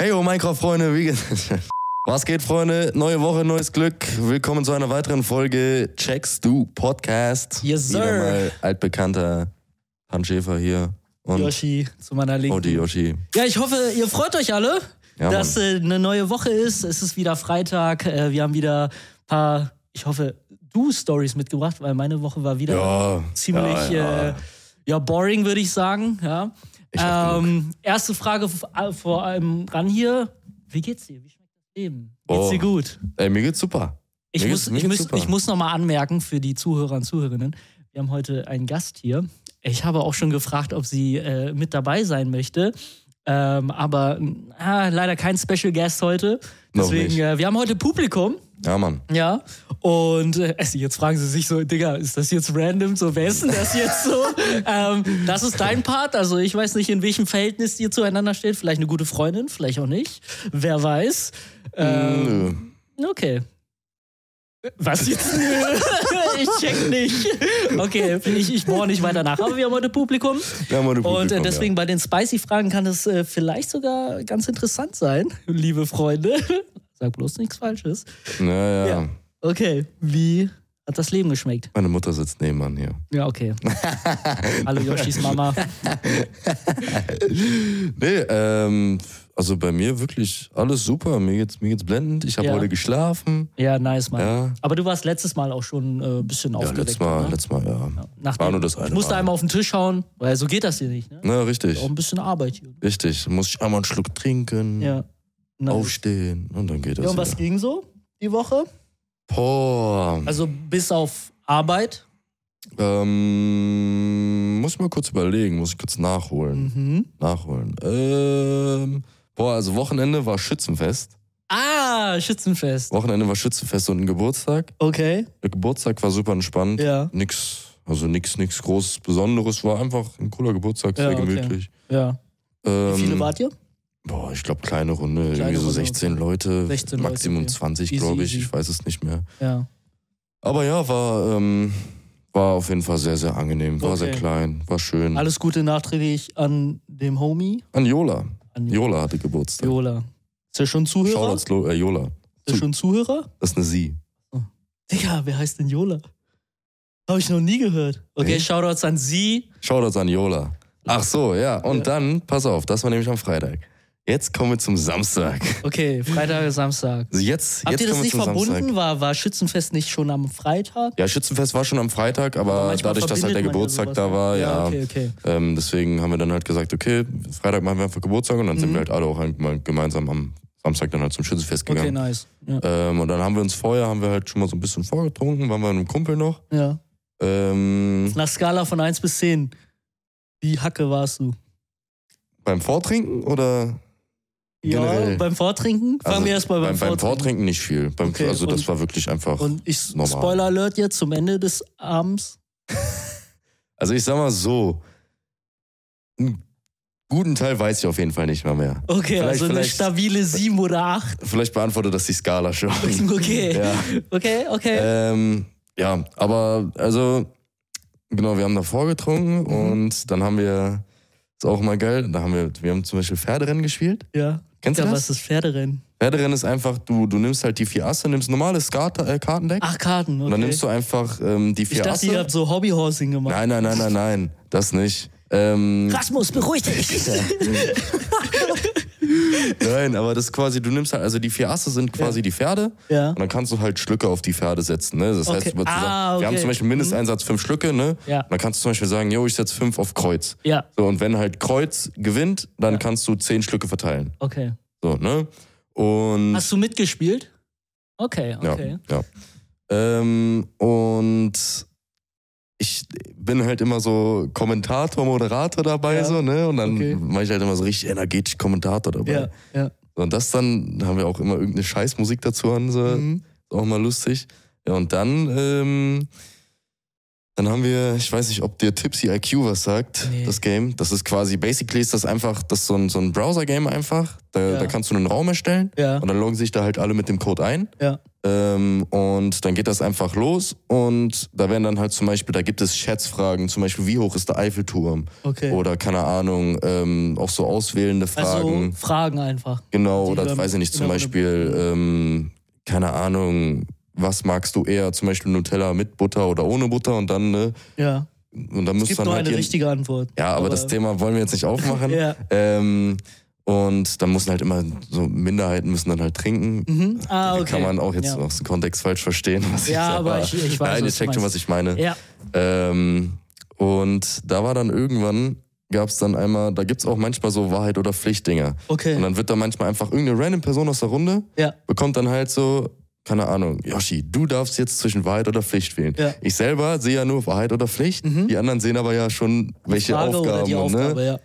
Hey, oh Minecraft-Freunde, wie geht's? Was geht, Freunde? Neue Woche, neues Glück. Willkommen zu einer weiteren Folge Checks Du Podcast. Yes, sir. Wieder mal altbekannter Hans Schäfer hier. Und Yoshi zu meiner Linken. Odi Yoshi. Ja, ich hoffe, ihr freut euch alle, Ja, dass äh, eine neue Woche ist. Es ist wieder Freitag. Äh, wir haben wieder ein paar, ich hoffe, Du-Stories mitgebracht, weil meine Woche war wieder Ja. ziemlich ja, ja. Äh, ja, boring, würde ich sagen. Ja. Ich hab Ähm, erste Frage f- äh, vor allem ran hier. Wie geht's dir? Wie schmeckt das Leben? Oh. Geht's dir gut? Ey, mir geht's super. Ich Mir muss, geht's- mir ich geht's muss, super. ich muss nochmal anmerken für die Zuhörer und Zuhörerinnen. Wir haben heute einen Gast hier. Ich habe auch schon gefragt, ob sie äh, mit dabei sein möchte. Ähm, aber ah, leider kein Special Guest heute. Noch Deswegen, nicht. äh, wir haben heute Publikum. Ja, Mann. Ja. Und äh, also jetzt fragen sie sich so, Digga, ist das jetzt random? So, wer ist denn das jetzt so? ähm, das ist dein Part. Also ich weiß nicht, in welchem Verhältnis ihr zueinander steht. Vielleicht eine gute Freundin, vielleicht auch nicht. Wer weiß. Ähm, Nö. Okay. Was jetzt? ich check nicht. Okay, ich, ich bohre nicht weiter nach. Aber wir haben heute Publikum. Wir haben heute Und äh, Publikum, deswegen bei den Spicy-Fragen kann es äh, vielleicht sogar ganz interessant sein, liebe Freunde. Sag bloß nichts Falsches. Ja. Ja, ja, Ja. Okay, wie hat das Leben geschmeckt? Meine Mutter sitzt nebenan hier. Ja, okay. Hallo Yoshis Mama. Nee, ähm, also bei mir wirklich alles super. Mir geht's, mir geht's blendend. Ich habe Ja. heute geschlafen. Ja, nice, Mann. Ja. Aber du warst letztes Mal auch schon äh, ein bisschen Ja, aufgeweckt. letztes Mal, ne? letztes Mal, ja. Nachdem- war nur das eine ich musste Mal. einmal auf den Tisch schauen, weil so geht das hier nicht. Ne? Na, richtig. Auch ein bisschen Arbeit hier. Richtig, muss ich einmal einen Schluck trinken, Ja. Nice. aufstehen und dann geht das. Ja, und was wieder. ging so die Woche? Boah. Also bis auf Arbeit. Ähm, muss ich mal kurz überlegen, muss ich kurz nachholen. Mhm. Nachholen. Ähm, boah, also Wochenende war Schützenfest. Ah, Schützenfest. Wochenende war Schützenfest und ein Geburtstag. Okay. Der Geburtstag war super entspannt. Ja. Nix, also nix, nix groß Besonderes. War einfach ein cooler Geburtstag, Ja, sehr okay. gemütlich. Ja. Ähm, Wie viele wart ihr? Boah, ich glaube, kleine Runde. Kleine irgendwie so Runde, 16 Leute. 16 Leute, Maximum okay. 20, Easy, glaube ich. easy. Ich weiß es nicht mehr. Ja. Aber ja, war, ähm, war auf jeden Fall sehr, sehr angenehm. War sehr Okay. klein, war schön. Alles Gute nachträglich an dem Homie. An Jola. An Jola hatte Geburtstag. Jola. Ist er schon Zuhörer? Shoutouts Lo- äh, Jola. Ist er schon Zuhörer? Das ist eine Sie. Digga, wer heißt denn Jola? Habe ich noch nie gehört. Okay, Nee. Shoutouts an sie. Shoutouts an Jola. Ach so, ja. Und Ja. dann, pass auf, das war nämlich am Freitag. Jetzt kommen wir zum Samstag. Okay, Freitag, Samstag. Also jetzt, Habt jetzt ihr das kommen wir nicht zum Samstag. verbunden? War, war Schützenfest nicht schon am Freitag? Ja, Schützenfest war schon am Freitag, Aber aber manchmal dadurch, dass halt der verbindet man ja Geburtstag sowas, da ne? war, ja. okay, okay. Ähm, deswegen haben wir dann halt gesagt, okay, Freitag machen wir einfach Geburtstag und dann sind Mhm. wir halt alle auch halt mal gemeinsam am Samstag dann halt zum Schützenfest gegangen. Okay, nice. Ja. Ähm, und dann haben wir uns vorher, haben wir halt schon mal so ein bisschen vorgetrunken, waren wir mit einem Kumpel noch. ja. Ähm, Nach Skala von 1 bis 10. Wie Hacke warst du? beim Vortrinken oder? Generell. Ja, beim Vortrinken? Fangen Also wir erstmal beim, beim Vortrinken. Vortrinken nicht viel. Beim, Okay, also das und- war wirklich einfach. Und ich, Normal. Spoiler Alert jetzt zum Ende des Abends. also ich sag mal so, einen guten Teil weiß ich auf jeden Fall nicht mal mehr. Okay, Vielleicht- also eine vielleicht- stabile 7 oder 8. Vielleicht beantwortet das die Skala schon. Okay. ja. Okay, okay. Ähm, ja, aber also, genau, wir haben davor getrunken Mhm. und dann haben wir, ist auch mal geil, da haben wir, wir haben zum Beispiel Pferderennen gespielt. ja. Äh, Kennst du Ja, das? was ist Pferderennen? Pferderennen ist einfach, du, du nimmst halt die vier Asse, nimmst ein normales Karte, äh, Kartendeck Ach, Karten. Ah, Okay. und dann nimmst du einfach ähm, die ich vier dachte, Asse. ihr habt so Hobbyhorsing gemacht. nein, nein, nein, nein, nein, das nicht. Ähm, Rasmus, beruhig dich. nein, aber das ist quasi, du nimmst halt, also die vier Asse sind quasi die Pferde Ja. und dann kannst du halt Schlücke auf die Pferde setzen. Ne? Das heißt, Okay. wir Ah, sagen- wir haben okay. zum Beispiel Mindesteinsatz fünf Schlücke, ne? Ja. Und dann kannst du zum Beispiel sagen, jo, ich setze fünf auf Kreuz. Ja, So, und wenn halt Kreuz gewinnt, dann kannst du zehn Schlücke verteilen. okay. So, ne? Und Hast du mitgespielt? Okay, okay. Ja, ja. Ähm, und ich bin halt immer so Kommentator, Moderator dabei, Ja. so, ne? Und dann Okay. mache ich halt immer so richtig energetisch Kommentator dabei. Ja, ja. So, Und das dann, da haben wir auch immer irgendeine Scheißmusik Äh, dazu an, so. Mhm. Ist auch mal lustig. Ja, und dann ähm, Dann haben wir, ich weiß nicht, ob dir Tipsy IQ was sagt, Nee. das Game. Das ist quasi, basically ist das einfach, das ist so ein, so ein Browser-Game einfach. Da, Ja. da kannst du einen Raum erstellen Ja. und dann loggen sich da halt alle mit dem Code ein. Ja. Ähm, und dann geht das einfach los und da werden dann halt zum Beispiel, da gibt es Schätzfragen, zum Beispiel, wie hoch ist der Eiffelturm? Okay. Oder keine Ahnung, ähm, auch so auswählende Fragen. Also Fragen einfach. Genau, Die oder dann weiß ich nicht, in zum der Runde- Beispiel, ähm, keine Ahnung, was magst du eher? Zum Beispiel Nutella mit Butter oder ohne Butter und dann, ne? Ja. Und dann Es müsst gibt dann nur halt eine ihren- richtige Antwort. Ja, aber, das Thema wollen wir jetzt nicht aufmachen. Ja. ähm, und dann müssen halt immer so Minderheiten müssen dann halt trinken. Mhm. Ah, okay. Kann man auch jetzt ne? ja. aus dem Kontext falsch verstehen, was ich Ja, sage. aber ich- ich weiß, Nein, ihr was du checkt schon, was meinst. ich meine. Ja. Ähm, und da war dann irgendwann, gab es dann einmal, da gibt es auch manchmal so Wahrheit- oder Pflichtdinger. Okay. Und dann wird da manchmal einfach irgendeine random Person aus der Runde, Ja. bekommt dann halt so, keine Ahnung, Yoshi, du darfst jetzt zwischen Wahrheit oder Pflicht wählen. Ja. Mhm. Ich selber sehe ja nur Wahrheit oder Pflicht, die anderen sehen aber ja schon, welche Frage Aufgaben. oder die und, Aufgabe, ne? ja.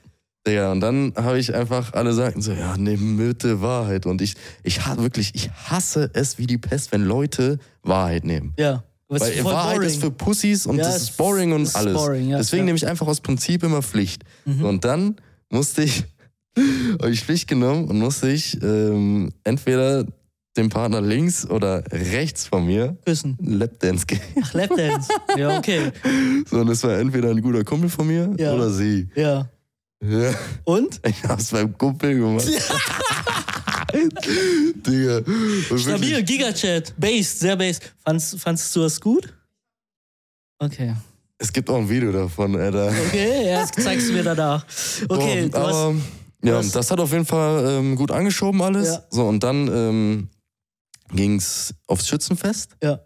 Ja, und dann habe ich einfach, alle sagten so, ja, nimm bitte Wahrheit. Und ich, ich ha- wirklich, ich hasse es wie die Pest, wenn Leute Wahrheit nehmen. Ja. Aber es Weil voll Wahrheit ist für boring. Pussys und Ja, das es ist boring und ist alles. boring, ja, Deswegen ja. Mhm. nehme ich einfach aus Prinzip immer Pflicht. Und dann musste ich, habe ich Pflicht genommen und musste ich ähm, entweder dem Partner links oder rechts von mir Küssen. Lapdance geben. Ach, Lapdance. ja, okay. So, und das war entweder ein guter Kumpel von mir Ja. oder sie. Ja. Ja. Und? Ich hab's beim Kumpel gemacht. Digga. Und Stabil, wirklich, Gigachat. Based, sehr based. Fandst, fandst du das gut? Okay. Es gibt auch ein Video davon, Alter. Okay, ja, das zeigst du mir danach. Okay, Boah, du hast. aber ähm, ja, hast- das hat auf jeden Fall ähm, gut angeschoben alles. Ja. So und dann ähm, ging's aufs Schützenfest Ja.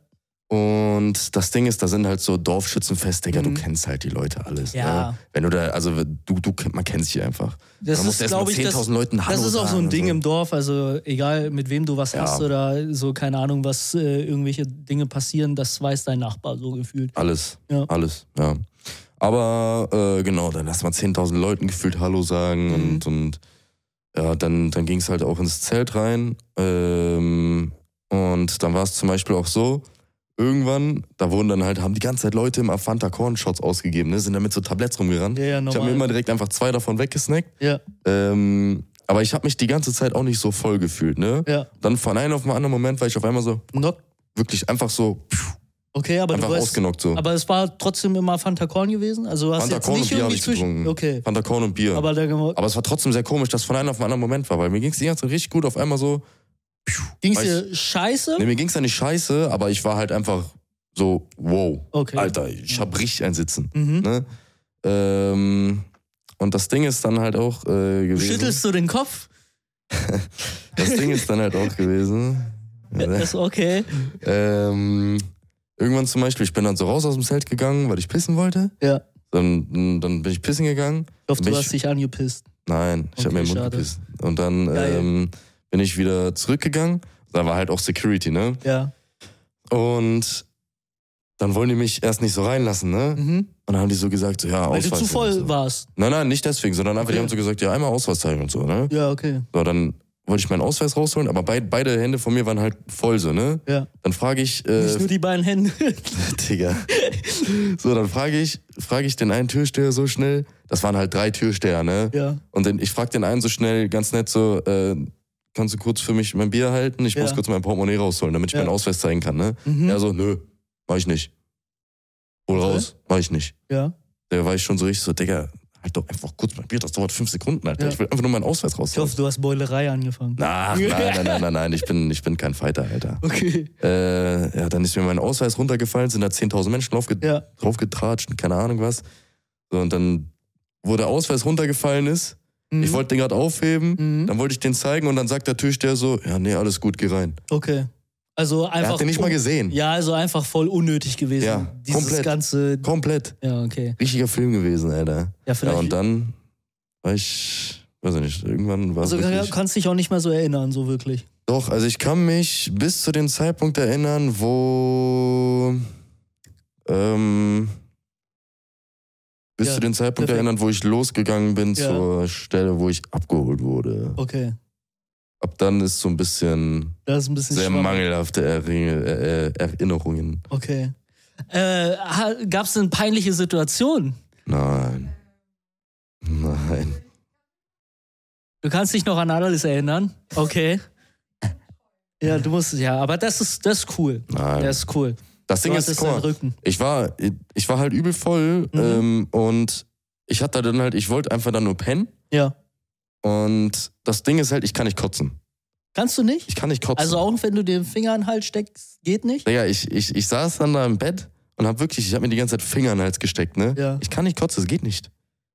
und das Ding ist, da sind halt so Dorfschützenfest, Digga, Mhm. du kennst halt die Leute alles. Ja. Ne? Wenn du da, also du, du man kennt sich einfach. Das Man muss ist, erst mal glaube ich, das, 10.000 Leuten das Hallo ist auch so sagen ein und Ding so. im Dorf. Also egal, mit wem du was Ja. hast oder so, keine Ahnung, was äh, irgendwelche Dinge passieren, das weiß dein Nachbar so gefühlt. Alles. Ja. Alles, ja. Aber äh, genau, dann lass mal 10.000 Leuten gefühlt Hallo sagen und, Mhm. und ja, dann, dann ging es halt auch ins Zelt rein. Ähm, und dann war es zum Beispiel auch so, irgendwann, da wurden dann halt, haben die ganze Zeit Leute im Avanta Corn-Shots ausgegeben, ne? sind damit so Tabletts rumgerannt. Ja, ja, ich habe mir normal. immer direkt einfach zwei davon weggesnackt. Ja, Ähm, aber ich habe mich die ganze Zeit auch nicht so voll gefühlt, ne? ja. Dann von einem auf den anderen Moment war ich auf einmal so, Knock. wirklich einfach so, pff, Okay, aber einfach du warst. ausgenockt so. Aber es war trotzdem immer Fanta Korn gewesen? Also du hast Fanta jetzt Korn nicht und Bier habe irgendwie ich zwischen. getrunken. Ah, Okay. Fanta Korn und Bier. Aber da Aber es war trotzdem sehr komisch, dass von einem auf den anderen Moment war, weil mir ging es die ganze Zeit richtig gut, auf einmal so, ging es weiß- dir scheiße? nee, mir ging es ja nicht scheiße, aber ich war halt einfach so, wow, Okay. Alter, ich hab richtig ein Sitzen. Mhm. Ne? Ähm, und das Ding ist dann halt auch äh, Du gewesen. schüttelst du den Kopf? Das Ding ist dann halt auch gewesen. Das ist okay. ähm, irgendwann zum Beispiel, ich bin dann so raus aus dem Zelt gegangen, weil ich pissen wollte. Ja. Dann, dann bin ich pissen gegangen. Ich hoffe, Mich- du hast dich angepisst. Nein, ich hab habe mir Okay, den Mund schade. gepisst. Und dann Geil. ähm, bin ich wieder zurückgegangen. Da war halt auch Security, ne? Ja. Und dann wollen die mich erst nicht so reinlassen, ne? Mhm. Und dann haben die so gesagt, so, ja, Weil du Ausweis. zu voll und so. warst. Nein, nein, nicht deswegen, sondern einfach, Okay. die haben so gesagt, ja, einmal Ausweis zeigen und so, ne? Ja, okay. So, dann wollte ich meinen Ausweis rausholen, aber beid, beide Hände von mir waren halt voll so, ne? Ja. Dann frage ich, äh, Nicht nur die beiden Hände. Digga. So, dann frage ich, frage ich den einen Türsteher so schnell, das waren halt drei Türsteher, ne? ja. Und dann, ich frage den einen so schnell, ganz nett so, äh, kannst du kurz für mich mein Bier halten? Ich Ja. muss kurz mein Portemonnaie rausholen, damit ich Ja. meinen Ausweis zeigen kann, ne? Mhm. Er so, nö, mach ich nicht. Hol Okay. raus, mach ich nicht. Ja. Da war ich schon so richtig so, Digga, halt doch einfach kurz mein Bier, das dauert fünf Sekunden, Alter. Ja. Ich will einfach nur meinen Ausweis Ich rausholen. hoffe, du hast Beulerei angefangen. Na, nein, nein, nein, nein, nein, ich bin, ich bin kein Fighter, Alter. Okay. Äh, ja, dann ist mir mein Ausweis runtergefallen, sind da 10.000 Menschen draufge Ja. draufgetratscht und keine Ahnung was. So, und dann, wo der Ausweis runtergefallen ist, Mhm. ich wollte den gerade aufheben, Mhm. dann wollte ich den zeigen und dann sagt der Türsteher so, ja, nee, alles gut, geh rein. Okay. Also einfach. er hat den nicht mal un- gesehen. Ja, also einfach voll unnötig gewesen. Ja, Dieses komplett. ganze. Komplett. Ja, okay. Richtiger Film gewesen, Alter. Ja, Ja, vielleicht. und dann war ich, weiß ich nicht, irgendwann war es also kann, wirklich... kannst dich auch nicht mehr so erinnern, so wirklich. Doch, also ich kann mich bis zu dem Zeitpunkt erinnern, wo... Ähm, bis Ja, zu dem Zeitpunkt perfekt. erinnern, wo ich losgegangen bin Ja. Oh. zur Stelle, wo ich abgeholt wurde. Okay. Ab dann ist so ein bisschen Das ist ein bisschen sehr schwammig. mangelhafte Erring- äh, äh, Erinnerungen. Okay. Äh, Gab es denn peinliche Situationen? Nein. Nein. Du kannst dich noch an alles erinnern. Okay. Ja, du musst, ja, aber das ist, das ist cool. Nein. Das ist cool. das Du Ding ist, hattest guck deinen mal, Rücken. ich war, ich war halt übel voll Mhm. ähm, und ich hatte dann halt, ich wollte einfach dann nur pennen. Ja. Und das Ding ist halt, ich kann nicht kotzen. Kannst du nicht? Ich kann nicht kotzen. Also auch wenn du dir den Finger in den Hals steckst, geht nicht? Digga, ich, ich, ich saß dann da im Bett und hab wirklich, ich hab mir die ganze Zeit Finger in den Hals gesteckt, ne? Ja. Ich kann nicht kotzen, es geht nicht.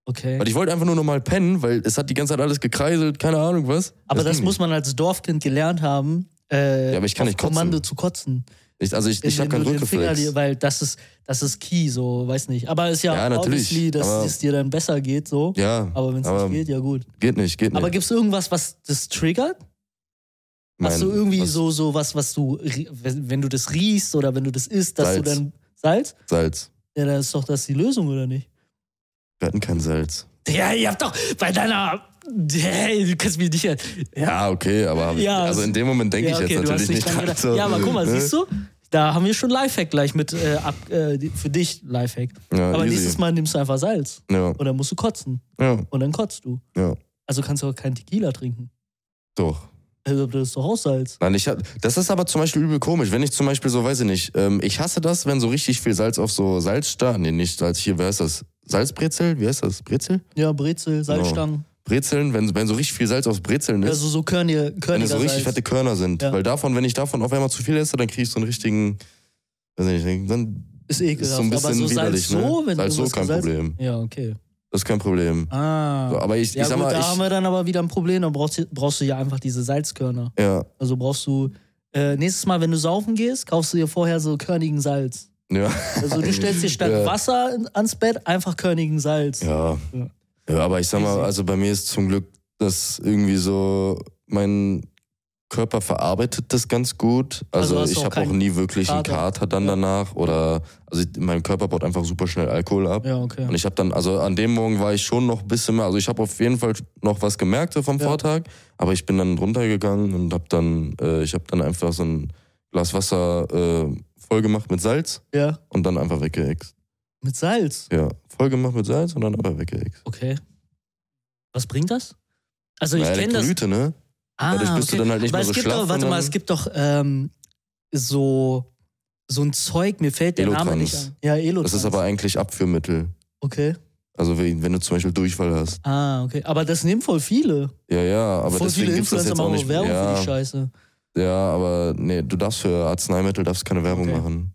Okay. Weil ich wollte einfach nur nochmal pennen, weil es hat die ganze Zeit alles gekreiselt, keine Ahnung was. Aber das, ging muss man als Dorfkind gelernt haben. Äh, Ja, aber ich kann auf nicht kotzen. Kommando zu kotzen. nicht. Ich, also ich, ich habe Indem keinen du den Finger dir- Rückreflex. Weil das ist, das ist key, so, weiß nicht. Aber ist ja, Ja, natürlich, obviously, dass aber- es dir dann besser geht, so. Ja, Aber wenn es aber- nicht geht, ja gut. geht nicht, geht nicht. Aber gibt es irgendwas, was das triggert? Mein- Hast du irgendwie was- so, so was, was du, rie- wenn wenn du das riechst oder wenn du das isst, dass du Salz. dann Salz? Salz. Ja, dann ist doch das die Lösung, oder nicht? Wir hatten kein Salz. Ja, ihr habt doch bei deiner. Hey, du kannst mich nicht. Ja, Ja, okay, aber Ja, also in dem Moment denke ja, ich okay, jetzt du hast natürlich dich nicht. dran dran, gedacht. so, ja, aber guck mal, ne? siehst du? Da haben wir schon Lifehack gleich mit äh, ab, äh, die- für dich Lifehack. Ja, aber easy. nächstes Mal nimmst du einfach Salz Ja, und dann musst du kotzen ja, und dann kotzt du. ja. Also kannst du auch keinen Tequila trinken. Doch. Also das ist doch auch Salz. Nein, ich hab, das ist aber zum Beispiel übel komisch, wenn ich zum Beispiel so, weiß ich nicht, ähm, ich hasse das, wenn so richtig viel Salz auf so Salzsta, nee, nicht Salz, hier, wer heißt das? Salzbrezel? Wie heißt das? Brezel? Ja, Brezel, Salzstangen. Brezeln, wenn, wenn so richtig viel Salz auf Brezeln ist, Also so körniger, wenn körniger es so richtig Salz. fette Körner sind. Ja. Weil davon, wenn ich davon auf einmal zu viel esse, dann kriege ich so einen richtigen, weiß ich nicht, dann ist ist ekelhaft. so ein bisschen aber so widerlich. Salz so, ne? wenn Salz du so, was kein gesalzt- Problem. Ja, okay. Das ist kein Problem. Ah. So, aber ich, ja, ich sag gut, mal, da haben ich, wir dann aber wieder ein Problem. Dann brauchst du, brauchst du ja einfach diese Salzkörner. ja, Also brauchst du äh, nächstes Mal, wenn du saufen gehst, kaufst du dir vorher so körnigen Salz. ja, Also du stellst dir statt Ja. Wasser in- ans Bett einfach körnigen Salz. ja. Ja. Ja, aber ich sag mal, also bei mir ist zum Glück das irgendwie so, mein Körper verarbeitet das ganz gut. Also Also, hast du ich auch habe auch keinen nie wirklich einen Kater. Kater dann Ja. danach oder, also ich, mein Körper baut einfach super schnell Alkohol ab. Ja, okay. Und ich habe dann, also an dem Morgen war ich schon noch ein bisschen mehr, also ich habe auf jeden Fall noch was gemerkt so vom Ja. Vortag, aber ich bin dann runtergegangen und habe dann, äh, ich habe dann einfach so ein Glas Wasser äh, voll gemacht mit Salz Ja, und dann einfach weggeext. mit Salz. Ja, voll gemacht mit Salz und dann einfach weggeext. Okay. Was bringt das? Also ich Na, kenne das. Elektrolyte, ne? Ah, Dadurch bist du dann halt nicht Aber mehr es so gibt schlaff Doch, und warte mal, dann- es gibt doch ähm, so so ein Zeug, mir fällt der Name Elotrans. nicht ein. Ja, Elotrans. Das ist aber eigentlich Abführmittel. Okay. Also wenn, wenn du zum Beispiel Durchfall hast. Ah, okay. Aber das nehmen voll viele. Ja, ja, aber voll deswegen viele gibt's das Influencer jetzt auch machen nicht. auch Werbung für die Ja, Scheiße. ja, aber nee, du darfst für Arzneimittel darfst keine Werbung Okay. machen.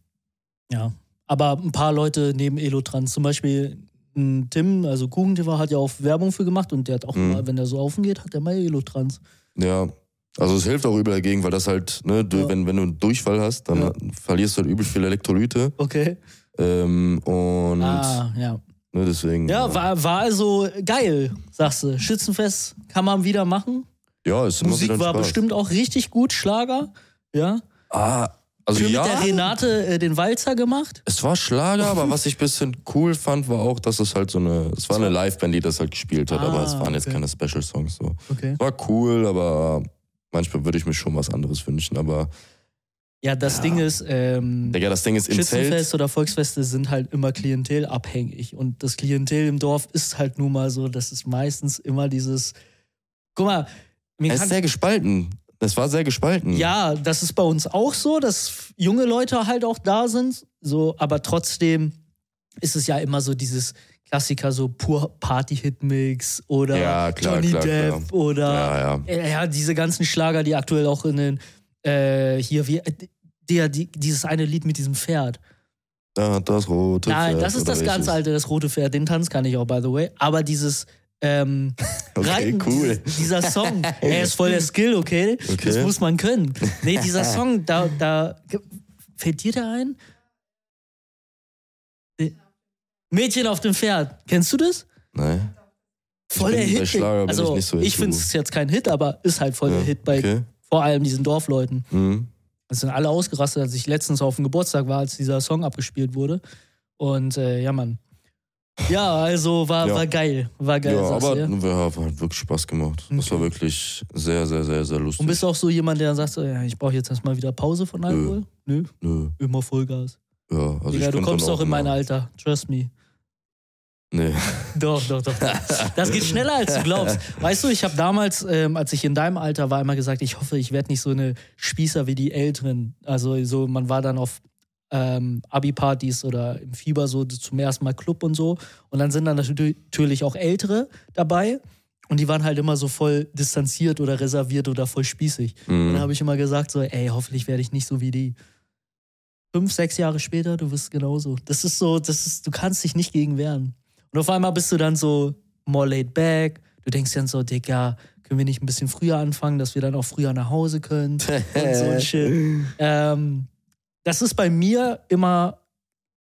Ja. Aber ein paar Leute nehmen Elotrans. Zum Beispiel ein Tim, also Kuchentiva, hat ja auch Werbung für gemacht und der hat auch Mhm. mal, wenn er so offen geht, hat er mal Elotrans. Ja. Also es hilft auch übel dagegen, weil das halt, ne, du, Ja. wenn, wenn du einen Durchfall hast, dann Ja. verlierst du halt übel viel Elektrolyte. Okay. Ähm, und Ah, ja. ne, deswegen. Ja, war, war also geil, sagst du. Schützenfest kann man wieder machen. ja, ist immer wieder Musik ein war Spaß. bestimmt auch richtig gut, Schlager. Ja. Ah, also Für mit ja, der Renate äh, den Walzer gemacht. es war Schlager, aber was ich ein bisschen cool fand, war auch, dass es halt so eine, es war eine Liveband, die das halt gespielt hat, aber Ah, es waren jetzt okay. keine Special Songs so. Okay. War cool, aber manchmal würde ich mir schon was anderes wünschen. Aber Ja, das Ja. Ding ist, ähm, Digga, das Ding ist im Zelt. Schützenfest oder Volksfeste sind halt immer klientelabhängig. Und das Klientel im Dorf ist halt nun mal so, das ist meistens immer dieses. Guck mal, mir Es ist kann, sehr gespalten. Es war sehr gespalten. ja, das ist bei uns auch so, dass junge Leute halt auch da sind. So, aber trotzdem ist es ja immer so dieses Klassiker, so pur Party-Hit-Mix oder Ja, klar, Johnny klar, Depp klar. oder Ja, ja. äh, ja, diese ganzen Schlager, die aktuell auch in den äh, hier wie äh, der, die, dieses eine Lied mit diesem Pferd. Da hat das rote. Nein, Pferd das ist oder das ganz welches. alte, das rote Pferd. Den Tanz kann ich auch, by the way. Aber dieses ähm, Okay, Reiten, cool. dieses, dieser Song, er ist voll der Skill, okay? Okay. Das muss man können. Nee, dieser Song, da, da fällt dir der ein? Nee. Mädchen auf dem Pferd. Kennst du das? Nein. Voll bin der bei Hit. Digga. Schlager bin also, ich nicht so into. finde es jetzt kein Hit, aber ist halt voll Ja, der Hit bei okay. vor allem diesen Dorfleuten. Mhm. Es sind alle ausgerastet, als ich letztens auf dem Geburtstag war, als dieser Song abgespielt wurde. Und äh, ja, Mann. Ja, also war, Ja. war geil. War geil. ja, sagst aber du, ja? wir haben halt wirklich Spaß gemacht. Das war wirklich sehr, sehr, sehr, sehr lustig. Und bist du auch so jemand, der dann sagt, so, ja, ich brauche jetzt erstmal wieder Pause von Alkohol? Nö, Nö. immer Vollgas. Ja, also ich Digga, du könnte kommst dann auch in mein mal- Alter. Trust me. Nee. Doch, doch, doch. Das geht schneller, als du glaubst. Weißt du, ich habe damals, ähm, als ich in deinem Alter war, immer gesagt, ich hoffe, ich werde nicht so eine Spießer wie die Älteren. Also so, man war dann auf ähm, Abi-Partys oder im Fieber so zum ersten Mal Club und so. Und dann sind dann natü- natürlich auch Ältere dabei. Und die waren halt immer so voll distanziert oder reserviert oder voll spießig. Und dann Mhm. habe ich immer gesagt so, ey, hoffentlich werde ich nicht so wie die. Fünf, sechs Jahre später, du bist genauso. Das ist so, das ist, du kannst dich nicht gegen wehren. Und auf einmal bist du dann so more laid back. Du denkst dann so, Digga, können wir nicht ein bisschen früher anfangen, dass wir dann auch früher nach Hause können? Und so ein Shit. Ähm, das ist bei mir immer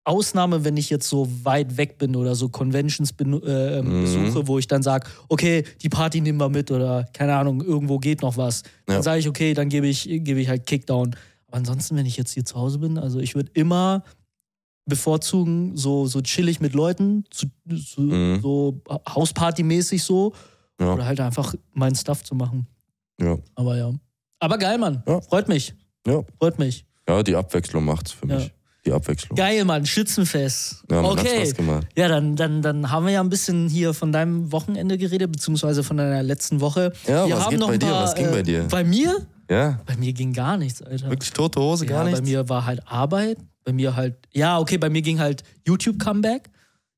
Ausnahme, wenn ich jetzt so weit weg bin oder so Conventions bin, äh, ähm, Mhm. besuche, wo ich dann sage, okay, die Party nehmen wir mit oder keine Ahnung, irgendwo geht noch was. Dann Ja. sage ich, okay, dann gebe ich, gebe ich halt Kickdown. Aber ansonsten, wenn ich jetzt hier zu Hause bin, also ich würde immer bevorzugen, so, so chillig mit Leuten, zu, zu, Mhm. so Hausparty-mäßig so Ja. oder halt einfach meinen Stuff zu machen. Ja. Aber ja. Aber geil, Mann. Ja. Freut mich. Ja. Freut mich. ja, die Abwechslung macht's für Ja. mich. Die Abwechslung. Geil, Mann. Schützenfest. Ja, man hat okay. Spaß gemacht. Ja, dann, dann, dann haben wir ja ein bisschen hier von deinem Wochenende geredet, beziehungsweise von deiner letzten Woche. Ja, wir was haben geht noch bei ein dir? paar, äh, Was ging bei dir? Bei mir? Ja, Bei mir ging gar nichts, Alter. wirklich tote Hose, gar ja, nichts. Bei mir war halt Arbeit. Bei mir halt, ja, okay, bei mir ging halt YouTube-Comeback.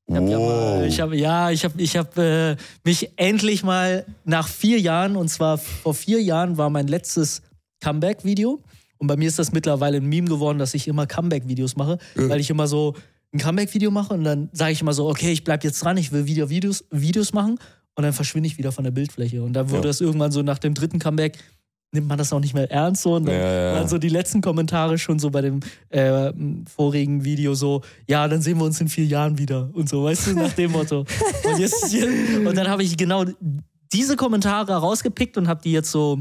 Ich hab ja, wow. mal, ich hab, ja, ich habe ich hab, äh, mich endlich mal nach vier Jahren, und zwar vor vier Jahren war mein letztes Comeback-Video. Und bei mir ist das mittlerweile ein Meme geworden, dass ich immer Comeback-Videos mache, weil ich immer so ein Comeback-Video mache und dann sage ich immer so, okay, ich bleib jetzt dran, ich will wieder Videos, Videos machen und dann verschwinde ich wieder von der Bildfläche. Und dann wurde Ja. das irgendwann so nach dem dritten Comeback, nimmt man das auch nicht mehr ernst so und dann Ja, ja, ja. waren so die letzten Kommentare schon so bei dem äh, vorigen Video so, ja, dann sehen wir uns in vier Jahren wieder und so, weißt du, nach dem Motto. Und, jetzt, und dann habe ich genau diese Kommentare rausgepickt und habe die jetzt so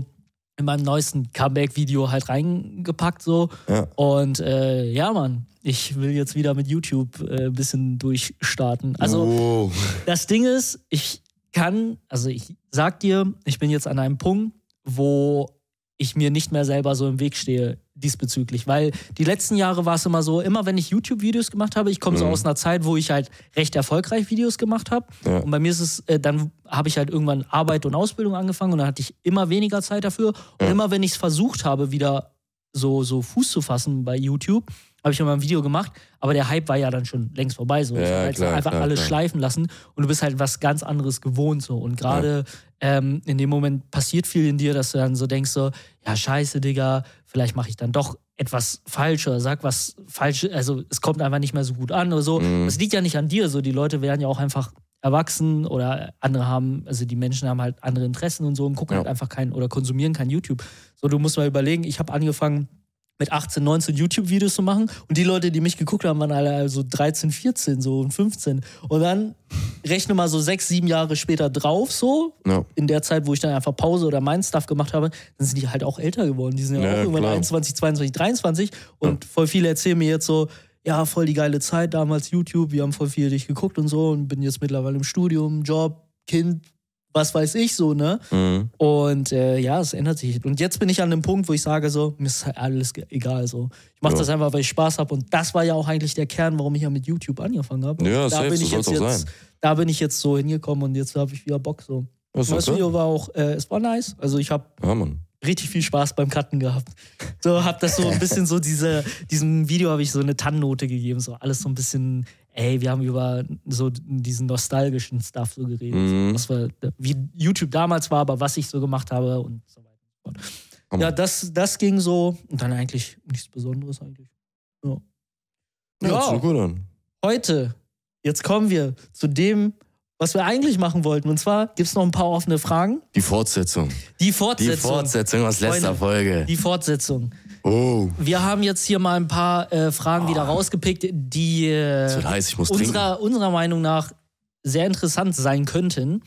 in meinem neuesten Comeback-Video halt reingepackt so. Ja. Und äh, ja, Mann, ich will jetzt wieder mit YouTube äh, ein bisschen durchstarten. Also wow. das Ding ist, ich kann, also ich sag dir, ich bin jetzt an einem Punkt, wo ich mir nicht mehr selber so im Weg stehe diesbezüglich, weil die letzten Jahre war es immer so, immer wenn ich YouTube-Videos gemacht habe, ich komme so Mhm. aus einer Zeit, wo ich halt recht erfolgreich Videos gemacht habe Ja. und bei mir ist es, äh, dann habe ich halt irgendwann Arbeit und Ausbildung angefangen und dann hatte ich immer weniger Zeit dafür und Ja. immer wenn ich es versucht habe, wieder so, so Fuß zu fassen bei YouTube, habe ich immer ein Video gemacht, aber der Hype war ja dann schon längst vorbei, so ich Ja, habe halt klar, einfach klar, alles klar. schleifen lassen und du bist halt was ganz anderes gewohnt so und gerade ähm, in dem Moment passiert viel in dir, dass du dann so denkst so, ja scheiße Digga, vielleicht mache ich dann doch etwas falsch oder sag was falsch, also es kommt einfach nicht mehr so gut an oder so. Mhm. Das liegt ja nicht an dir, so die Leute werden ja auch einfach erwachsen oder andere haben, also die Menschen haben halt andere Interessen und so und gucken Ja. halt einfach keinen oder konsumieren kein YouTube. So, du musst mal überlegen, ich habe angefangen mit 18, 19 YouTube-Videos zu machen und die Leute, die mich geguckt haben, waren alle also 13, 14 so und 15. Und dann rechne mal so sechs, sieben Jahre später drauf so, Ja. in der Zeit, wo ich dann einfach Pause oder mein Stuff gemacht habe, dann sind die halt auch älter geworden. Die sind ja, Ja, auch irgendwann klar. 21, 22, 23 und voll viele erzählen mir jetzt so, ja, voll die geile Zeit damals YouTube, wir haben voll viel dich geguckt und so und bin jetzt mittlerweile im Studium, Job, Kind, was weiß ich so, ne? Mhm. Und äh, ja, es ändert sich. Und jetzt bin ich an dem Punkt, wo ich sage so, mir ist halt alles ge- egal so. Ich mache Ja. das einfach, weil ich Spaß habe. Und das war ja auch eigentlich der Kern, warum ich ja mit YouTube angefangen habe. Ja, Und safe, so jetzt, soll's auch jetzt, sein. da bin ich jetzt so hingekommen und jetzt habe ich wieder Bock so. Das ist Und das okay. Video war auch, äh, es war nice. Also ich habe Ja, Mann. richtig viel Spaß beim Cutten gehabt. So habe das so ein bisschen so diese, diesem Video habe ich so eine Tannennote gegeben, so alles so ein bisschen, ey, wir haben über so diesen nostalgischen Stuff so geredet, Mhm. was wir, wie YouTube damals war, aber was ich so gemacht habe und so weiter. und so fort. Hammer. Ja, das, das ging so und dann eigentlich nichts Besonderes eigentlich. Ja. Ja, Ja. hört sich gut an. Heute, jetzt kommen wir zu dem, was wir eigentlich machen wollten. Und zwar gibt es noch ein paar offene Fragen. Die Fortsetzung. Die Die Fortsetzung. Fortsetzung aus Freunde. letzter Folge. Die Fortsetzung. Oh, Wir haben jetzt hier mal ein paar äh, Fragen wieder rausgepickt, die Ah. es wird äh, heiß, ich muss trinken. unserer, unserer Meinung nach sehr interessant sein könnten.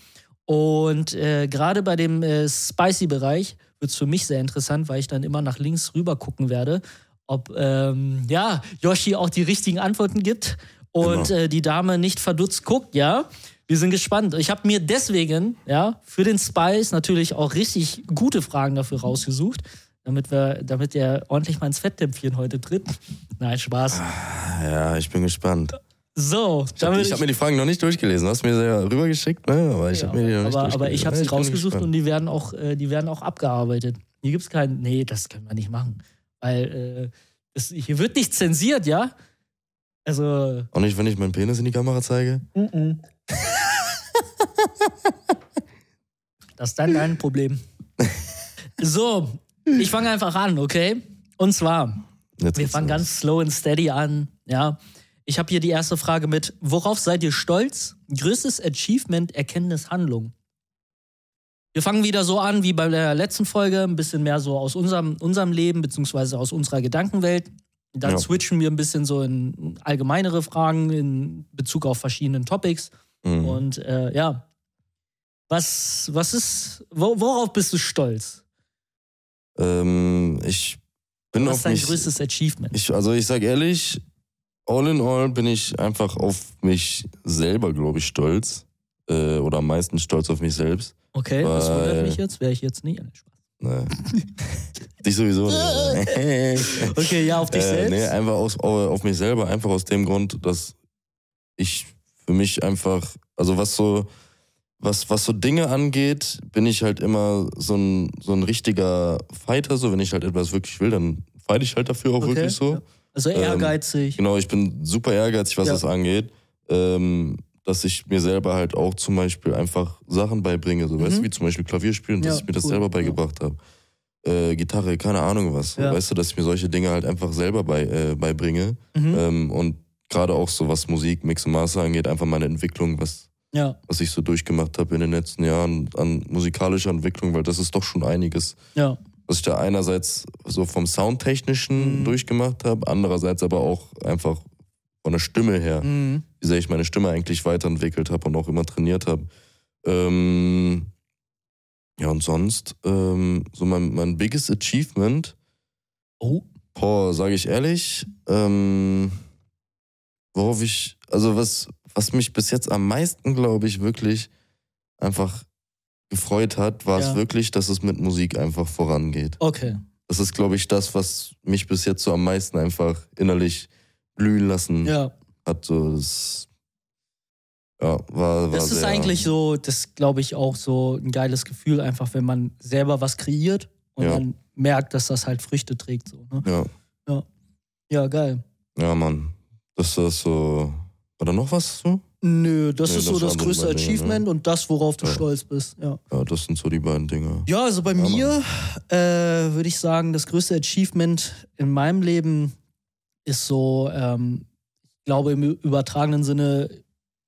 Und äh, gerade bei dem äh, Spicy-Bereich wird es für mich sehr interessant, weil ich dann immer nach links rüber gucken werde, ob ähm, ja, Yoshi auch die richtigen Antworten gibt und äh, die Dame nicht verdutzt guckt, ja. Wir sind gespannt. Ich habe mir deswegen, ja, für den Spice natürlich auch richtig gute Fragen dafür rausgesucht. damit, wir, damit ihr ordentlich mal ins Fettdämpfchen heute tritt. Nein, Spaß. Ja, ich bin gespannt. So, Ah. Ich habe hab mir die Fragen noch nicht durchgelesen. Du hast mir sie ja rübergeschickt, ne? aber ich Ja, habe mir die noch nicht aber, aber ich durchgelesen. habe sie Ja, bin rausgesucht gespannt. und die werden auch, äh, die werden auch abgearbeitet. Hier gibt's keinen. Nee, das können wir nicht machen. Weil äh, das, hier wird nicht zensiert, ja? Also. Auch nicht, wenn ich meinen Penis in die Kamera zeige? Das ist dann dein Problem. So, ich fange einfach an, okay? Und zwar, Jetzt wir geht's fangen los. ganz slow and steady an. Ja, ich habe hier die erste Frage mit: Worauf seid ihr stolz? Größtes Achievement, Erkenntnis, Handlung. Wir fangen wieder so an wie bei der letzten Folge, ein bisschen mehr so aus unserem, unserem Leben beziehungsweise aus unserer Gedankenwelt. Dann Ja. switchen wir ein bisschen so in allgemeinere Fragen in Bezug auf verschiedenen Topics. Mhm. Und äh, ja, was, was ist, wo, worauf bist du stolz? Ähm, ich bin Was auf ist dein mich. größtes Achievement? Ich, also ich sag ehrlich, all in all bin ich einfach auf mich selber, glaube ich, stolz. Äh, oder am meisten stolz auf mich selbst. Okay, das weil- wundert mich jetzt, wäre ich jetzt nicht. Ne. Dich sowieso. nicht. Okay, ja, auf dich Äh, selbst. nee, einfach aus, au- auf mich selber, einfach aus dem Grund, dass ich für mich einfach, also was so, was, was so Dinge angeht, bin ich halt immer so ein, so ein richtiger Fighter. So, wenn ich halt etwas wirklich will, dann fight ich halt dafür auch Okay, wirklich so. ja. Also ähm, ehrgeizig. Genau, ich bin super ehrgeizig, was Ja. das angeht. Ähm, dass ich mir selber halt auch zum Beispiel einfach Sachen beibringe, so weißt du, wie zum Beispiel Klavier spielen, dass Mhm. Ja, ich mir das cool, selber ja. beigebracht habe. Äh, Gitarre, keine Ahnung was. so, Ja. Weißt du, dass ich mir solche Dinge halt einfach selber bei, äh, beibringe. mhm. Ähm, und gerade auch so was Musik, Mix und Master angeht, einfach meine Entwicklung, was, ja, was ich so durchgemacht habe in den letzten Jahren an musikalischer Entwicklung, weil das ist doch schon einiges ja, was ich da einerseits so vom Soundtechnischen Mhm. durchgemacht habe, andererseits aber auch einfach von der Stimme her, mhm. wie sehr ich meine Stimme eigentlich weiterentwickelt habe und auch immer trainiert habe. Ähm, ja, und sonst, ähm, so mein, mein biggest Achievement, Oh, boah, sage ich ehrlich, ähm, worauf ich, also was, was mich bis jetzt am meisten, glaube ich, wirklich einfach gefreut hat, war es Ja. wirklich, dass es mit Musik einfach vorangeht. okay. Das ist, glaube ich, das, was mich bis jetzt so am meisten einfach innerlich glühen lassen Ja, hat. So, das ja, war, war das ist sehr, eigentlich so, das glaube ich auch so ein geiles Gefühl, einfach wenn man selber was kreiert und Ja. dann merkt, dass das halt Früchte trägt. So, ne? Ja, Ja, geil. ja, Mann. Das ist so. War da noch was so? Nö, das Nee, das ist so das waren so größte meine Dinge, ne? Achievement und das, worauf du Ja. stolz bist. Ja, Ja, das sind so die beiden Dinge. ja also bei Mann. mir äh, würde ich sagen, das größte Achievement in meinem Leben ist so, ähm, ich glaube, im übertragenen Sinne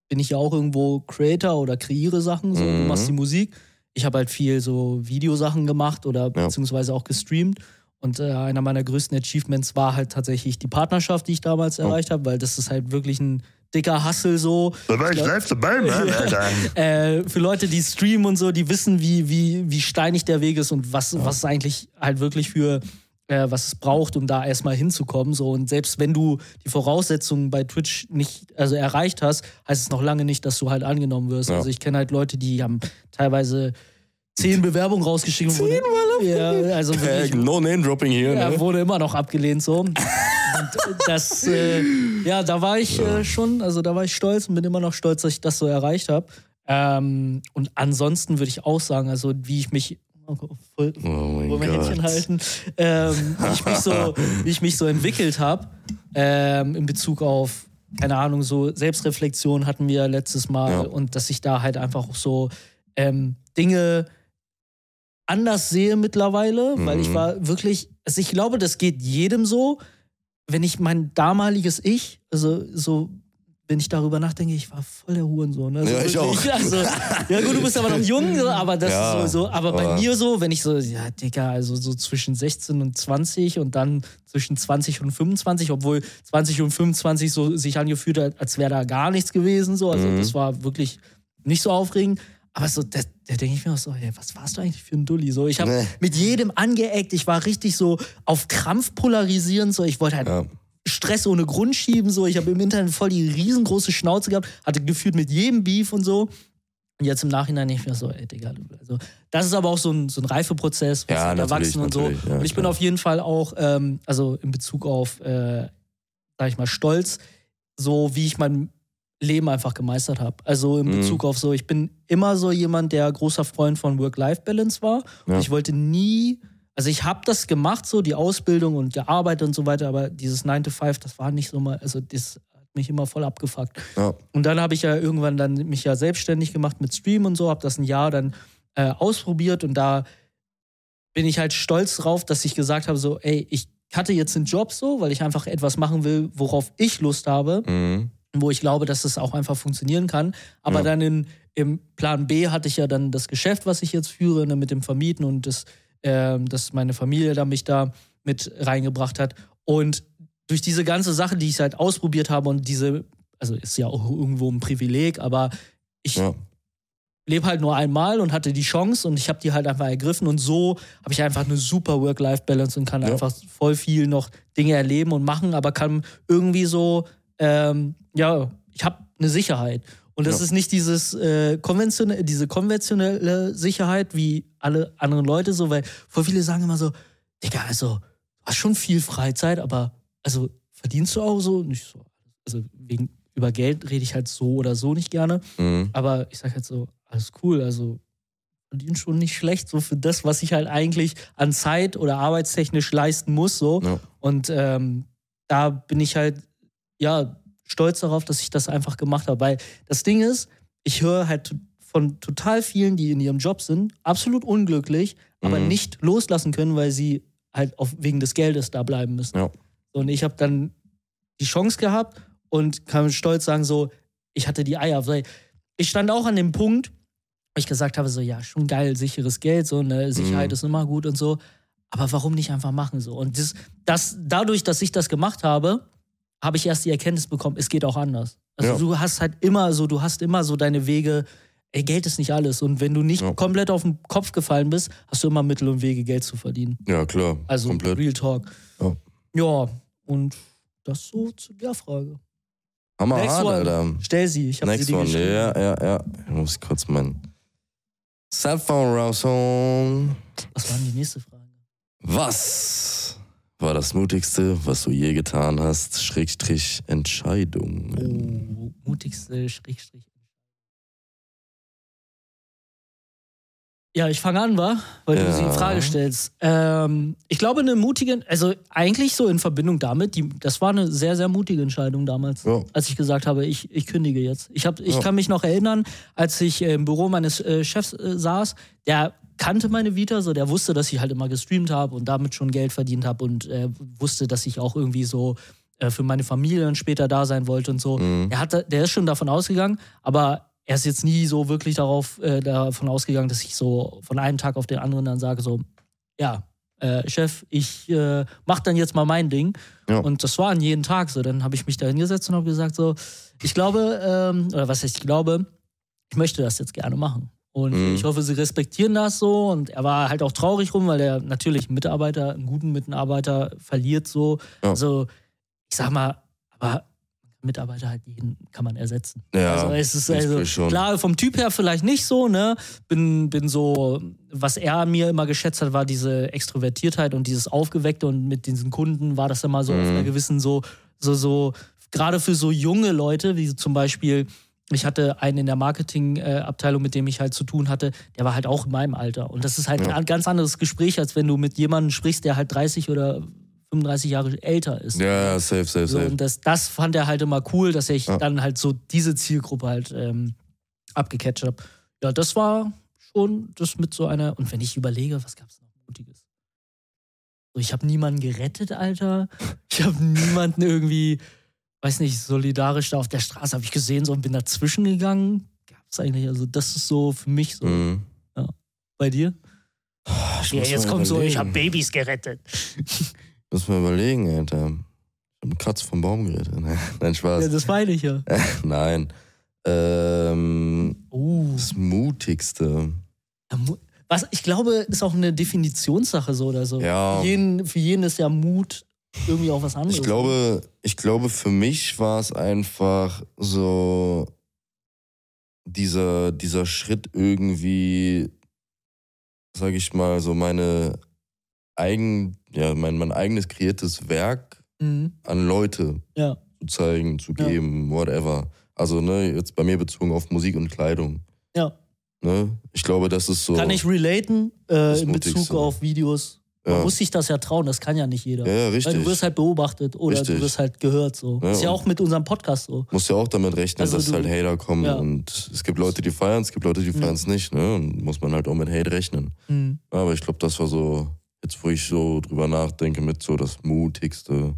bin ich ja auch irgendwo Creator oder kreiere Sachen. So, Du Mhm. machst die Musik. Ich habe halt viel so Videosachen gemacht oder beziehungsweise auch gestreamt. Und äh, einer meiner größten Achievements war halt tatsächlich die Partnerschaft, die ich Oh. damals erreicht habe, weil das ist halt wirklich ein dicker Hustle so. Da war ich glaub- live dabei, Mann, Alter. äh, für Leute, die streamen und so, die wissen, wie, wie, wie steinig der Weg ist und was, was es eigentlich halt wirklich für äh, was es braucht, um da erstmal hinzukommen. So. Und selbst wenn du die Voraussetzungen bei Twitch nicht also erreicht hast, heißt es noch lange nicht, dass du halt angenommen wirst. Ja. Also ich kenne halt Leute, die haben teilweise zehn Bewerbungen rausgeschrieben. Zehn ja, also Äh, wirklich, no Name Dropping hier, ja, ne? wurde immer noch abgelehnt so. Und das, äh, ja, da war ich äh, schon, also da war ich stolz und bin immer noch stolz, dass ich das so erreicht habe. Ähm, und ansonsten würde ich auch sagen, also wie ich mich oh, voll, Oh mein wollen wir Händchen Gott. halten, ähm, wie, ich mich so, wie ich mich so entwickelt habe ähm, in Bezug auf, keine Ahnung, so Selbstreflexion hatten wir letztes Mal Ja. und dass ich da halt einfach auch so ähm, Dinge anders sehe mittlerweile, weil ich Mhm. war wirklich, also ich glaube, das geht jedem so, wenn ich mein damaliges Ich, also so, wenn ich darüber nachdenke, ich war voll der Hurensohn. Also Ja, ich wirklich, auch. Also, ja gut, du bist aber noch jung, so, aber das Ja, ist so, so. Aber bei aber- mir so, wenn ich so, ja Digga, also so zwischen 16 und 20 und dann zwischen 20 und 25, obwohl 20 und 25 so sich angefühlt hat, als wäre da gar nichts gewesen, so. Also Mhm. das war wirklich nicht so aufregend. Aber so, da, da denke ich mir auch so, ey, was warst du eigentlich für ein Dulli? So, ich habe Nee. mit jedem angeeckt. Ich war richtig so auf Krampf polarisierend. So, ich wollte halt Ja. Stress ohne Grund schieben. So, ich habe im Internet voll die riesengroße Schnauze gehabt, hatte gefühlt mit jedem Beef und so. Und jetzt im Nachhinein nicht mehr so, ey, Digga. du- Also, das ist aber auch so ein, so ein Reifeprozess, wir Ja, sind natürlich, erwachsen und so. natürlich, ja, und ich bin klar. auf jeden Fall auch, ähm, also in Bezug auf, äh, sag ich mal, stolz, so wie ich mein Leben einfach gemeistert habe. Also in Mhm. Bezug auf so, ich bin immer so jemand, der großer Freund von Work-Life-Balance war. Ja. Und ich wollte nie, also ich habe das gemacht, so die Ausbildung und gearbeitet und so weiter, aber dieses 9 to 5, das war nicht so mal, also das hat mich immer voll abgefuckt. Ja. Und dann habe ich ja irgendwann dann mich ja selbstständig gemacht mit Stream und so, habe das ein Jahr dann äh, ausprobiert und da bin ich halt stolz drauf, dass ich gesagt habe, so, ey, ich hatte jetzt einen Job so, weil ich einfach etwas machen will, worauf ich Lust habe, Mhm. wo ich glaube, dass es auch einfach funktionieren kann. Aber Ja. dann in, im Plan B hatte ich ja dann das Geschäft, was ich jetzt führe, ne, mit dem Vermieten und das, ähm, dass meine Familie da mich da mit reingebracht hat. Und durch diese ganze Sache, die ich halt ausprobiert habe und diese, also ist ja auch irgendwo ein Privileg, aber ich Ja. lebe halt nur einmal und hatte die Chance und ich habe die halt einfach ergriffen und so habe ich einfach eine super Work-Life-Balance und kann Ja. einfach voll viel noch Dinge erleben und machen, aber kann irgendwie so, ähm, ja, ich habe eine Sicherheit. Und das Ja. ist nicht dieses äh, konventionelle, diese konventionelle Sicherheit wie alle anderen Leute so, weil voll viele sagen immer so, Digga, also du hast schon viel Freizeit, aber also verdienst du auch so? Nicht so. Also wegen über Geld rede ich halt so oder so nicht gerne. Mhm. Aber ich sag halt so, alles cool, also verdient schon nicht schlecht, so für das, was ich halt eigentlich an Zeit oder arbeitstechnisch leisten muss, so. Ja. Und ähm, da bin ich halt, ja, stolz darauf, dass ich das einfach gemacht habe. Weil das Ding ist, ich höre halt to- von total vielen, die in ihrem Job sind, absolut unglücklich, aber Mhm. nicht loslassen können, weil sie halt auf, wegen des Geldes da bleiben müssen. Ja. Und ich habe dann die Chance gehabt und kann mit stolz sagen, so, ich hatte die Eier. Weil ich stand auch an dem Punkt, wo ich gesagt habe, so, ja, schon geil, sicheres Geld, so, ne, Sicherheit Mhm. ist immer gut und so. Aber warum nicht einfach machen so? Und das, das, dadurch, dass ich das gemacht habe, habe ich erst die Erkenntnis bekommen, es geht auch anders. Also Ja. du hast halt immer so, du hast immer so deine Wege, ey, Geld ist nicht alles. Und wenn du nicht Ja. komplett auf den Kopf gefallen bist, hast du immer Mittel und Wege, Geld zu verdienen. ja, klar. Also Komplett. Real Talk. Ja. Ja, und das so zu der Frage. Hammer Next hard, one. Alter. Stell sie, ich habe sie Next dir one. geschrieben. Ja, ja, ja. Ich muss kurz mein Cellphone rausholen. Was war denn die nächste Frage? Was war das Mutigste, was du je getan hast? Schrägstrich Entscheidung. Oh, mutigste Schrägstrich. Ja, ich fange an, wa? Weil du Ja. sie in Frage stellst. Ähm, ich glaube, eine mutige, also eigentlich so in Verbindung damit, die, das war eine sehr, sehr mutige Entscheidung damals, Ja. als ich gesagt habe, ich, ich kündige jetzt. Ich, hab, ich Ja. kann mich noch erinnern, als ich äh, im Büro meines äh, Chefs äh, saß, der kannte meine Vita, so der wusste, dass ich halt immer gestreamt habe und damit schon Geld verdient habe und äh, wusste, dass ich auch irgendwie so äh, für meine Familie dann später da sein wollte und so. Mhm. Er hat, da- der ist schon davon ausgegangen, aber er ist jetzt nie so wirklich darauf äh, davon ausgegangen, dass ich so von einem Tag auf den anderen dann sage so, ja, äh, Chef, ich äh, mach dann jetzt mal mein Ding. Ja. Und das war an jeden Tag so. Dann habe ich mich da hingesetzt und habe gesagt so, ich glaube, ähm, oder was heißt ich glaube, ich möchte das jetzt gerne machen. Und Mhm. ich hoffe, sie respektieren das so. Und er war halt auch traurig rum, weil er natürlich einen Mitarbeiter, einen guten Mitarbeiter verliert so. Ja. Also ich sag mal, aber Mitarbeiter halt jeden kann man ersetzen. Ja, also es ist ich also will schon. klar vom Typ her vielleicht nicht so, ne? Bin bin so was er an mir immer geschätzt hat, war diese Extrovertiertheit und dieses aufgeweckte und mit diesen Kunden war das immer so auf Mhm. einer gewissen so so so gerade für so junge Leute, wie zum Beispiel ich hatte einen in der Marketingabteilung, mit dem ich halt zu tun hatte, der war halt auch in meinem Alter. Und das ist halt Ja. ein ganz anderes Gespräch, als wenn du mit jemandem sprichst, der halt 30 oder 35 Jahre älter ist. Ja, ja, safe, safe, So, safe. und das, das fand er halt immer cool, dass ich Ja. dann halt so diese Zielgruppe halt ähm, abgecatcht habe. Ja, das war schon das mit so einer. Und wenn ich überlege, was gab's noch Mutiges? So, ich habe niemanden gerettet, Alter. Ich habe niemanden irgendwie, weiß nicht, solidarisch da auf der Straße habe ich gesehen so und bin dazwischen gegangen. Gab's eigentlich? Also das ist so für mich so. Mhm. Bei dir? Ich Ja, muss jetzt mal kommt so, ich habe überlegen. Babys gerettet. Muss mal überlegen, Alter. Ich hab eine Katze vom Baum geredet. Nein, Spaß. Ja, das meine ich ja. Nein. Ähm, Oh. das Mutigste. Da mu- Was, ich glaube, ist auch eine Definitionssache so oder so. Ja. Für, jeden, für jeden ist ja Mut irgendwie auch was anderes. ne? Ich glaube, ich glaube, für mich war es einfach so dieser, dieser Schritt irgendwie, sage ich mal, so meine eigen, ja, mein, mein eigenes kreiertes Werk Mhm. an Leute Ja. zu zeigen, zu Ja. geben, whatever. Also, ne, jetzt bei mir bezogen auf Musik und Kleidung. Ja. Ne? Ich glaube, das ist so. Kann ich relaten äh, Das in mutig Bezug so. auf Videos. Man Ja. muss sich das ja trauen, das kann ja nicht jeder. Ja, ja, Weil richtig. du wirst halt beobachtet oder du Richtig. wirst halt gehört so. Ja, ist ja und- auch mit unserem Podcast so. Musst ja auch damit rechnen, Also dass du- halt Hater kommen Ja. und es gibt Leute, die feiern, es gibt Leute, die Mhm. feiern es nicht, ne? Und muss man halt auch mit Hate rechnen. Aber ich glaube, das war so, jetzt wo ich so drüber nachdenke, mit so das mutigste.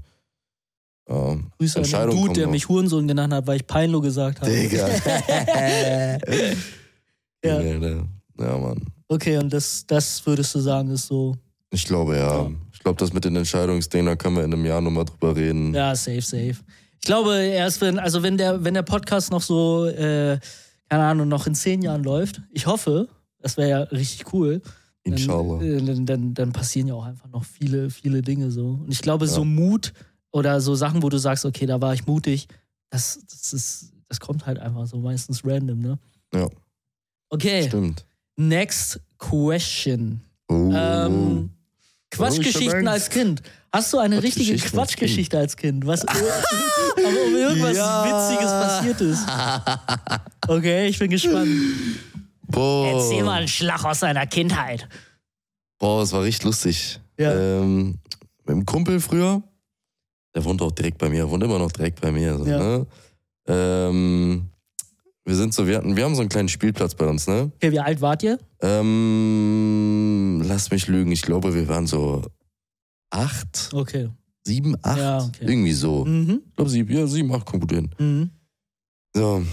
Ja. Grüße an den Entscheidung Dude, kommt der noch. mich Hurensohn genannt hat, weil ich Peinlo gesagt habe. Äh, Digga. Ja. Nee, nee. ja, Mann. Okay, und das, das würdest du sagen, ist so. Ich glaube ja. Ja. Ich glaube, das mit den Entscheidungsdingen, da können wir in einem Jahr nochmal drüber reden. Ja, safe, safe. Ich glaube, erst wenn, also wenn der, wenn der Podcast noch so, äh, keine Ahnung, noch in zehn Jahren läuft, ich hoffe, das wäre ja richtig cool. dann, Inshallah. äh, Dann, dann, dann passieren ja auch einfach noch viele, viele Dinge so. Und ich glaube, so Ja. Mut oder so Sachen, wo du sagst, okay, da war ich mutig, das, das ist, das kommt halt einfach so meistens random, ne? Ja. Okay, Stimmt. next question. Oh. Ähm, Oh, ich Quatschgeschichten hab als Kind. Hast du eine richtige Quatschgeschichten als Quatschgeschichte als Kind? Was, aber um irgendwas Ja. Witziges passiert ist. Okay, ich bin gespannt. Boah. einen Schlag aus deiner Kindheit. Boah, es war richtig lustig. Ja. Ähm, mit einem Kumpel früher, der wohnt auch direkt bei mir, wohnt immer noch direkt bei mir. So, Ja. ne? ähm, wir sind so, wir hatten, wir haben so einen kleinen Spielplatz bei uns, ne? Okay, wie alt wart ihr? Ähm, lass mich lügen, ich glaube, wir waren so acht, Okay. sieben, acht, Ja, okay. irgendwie so. Mhm. Ich glaube, sieben, ja, sieben, acht, kommt gut hin. Mhm. So.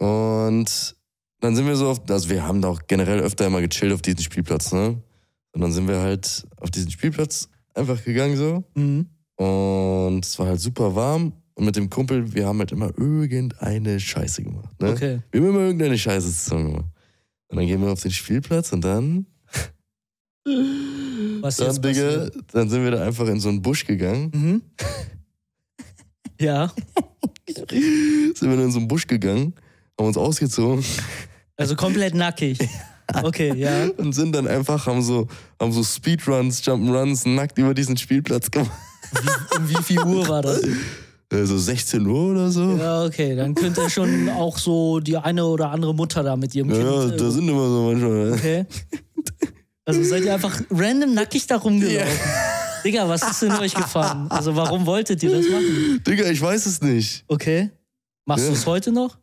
Und dann sind wir so auf, also wir haben da auch generell öfter immer gechillt auf diesem Spielplatz, ne? Und dann sind wir halt auf diesen Spielplatz einfach gegangen so. Mhm. Und es war halt super warm. Und mit dem Kumpel, wir haben halt immer irgendeine Scheiße gemacht, ne? Okay. Wir haben immer irgendeine Scheiße zusammen gemacht. Und dann gehen wir auf den Spielplatz und dann, Was dann, jetzt Digga, passiert? dann sind wir da einfach in so einen Busch gegangen. Mhm. Ja, Sind wir dann in so einen Busch gegangen, haben uns ausgezogen also komplett nackig. Okay, ja. und sind dann einfach, haben so, haben so Speedruns, Jump'n'Runs nackt über diesen Spielplatz gemacht. Um wie viel Uhr war das? Äh, So 16 Uhr oder so. Ja, Ja, okay, dann könnte schon auch so die eine oder andere Mutter da mit ihrem Kind. ja, äh, da sind immer so manchmal. ne? okay. Also seid ihr einfach random nackig da rumgelaufen. Digga, was ist in euch gefahren? Also warum wolltet ihr das machen? Digga, ich weiß es nicht. Okay. Machst Ja. du es heute noch?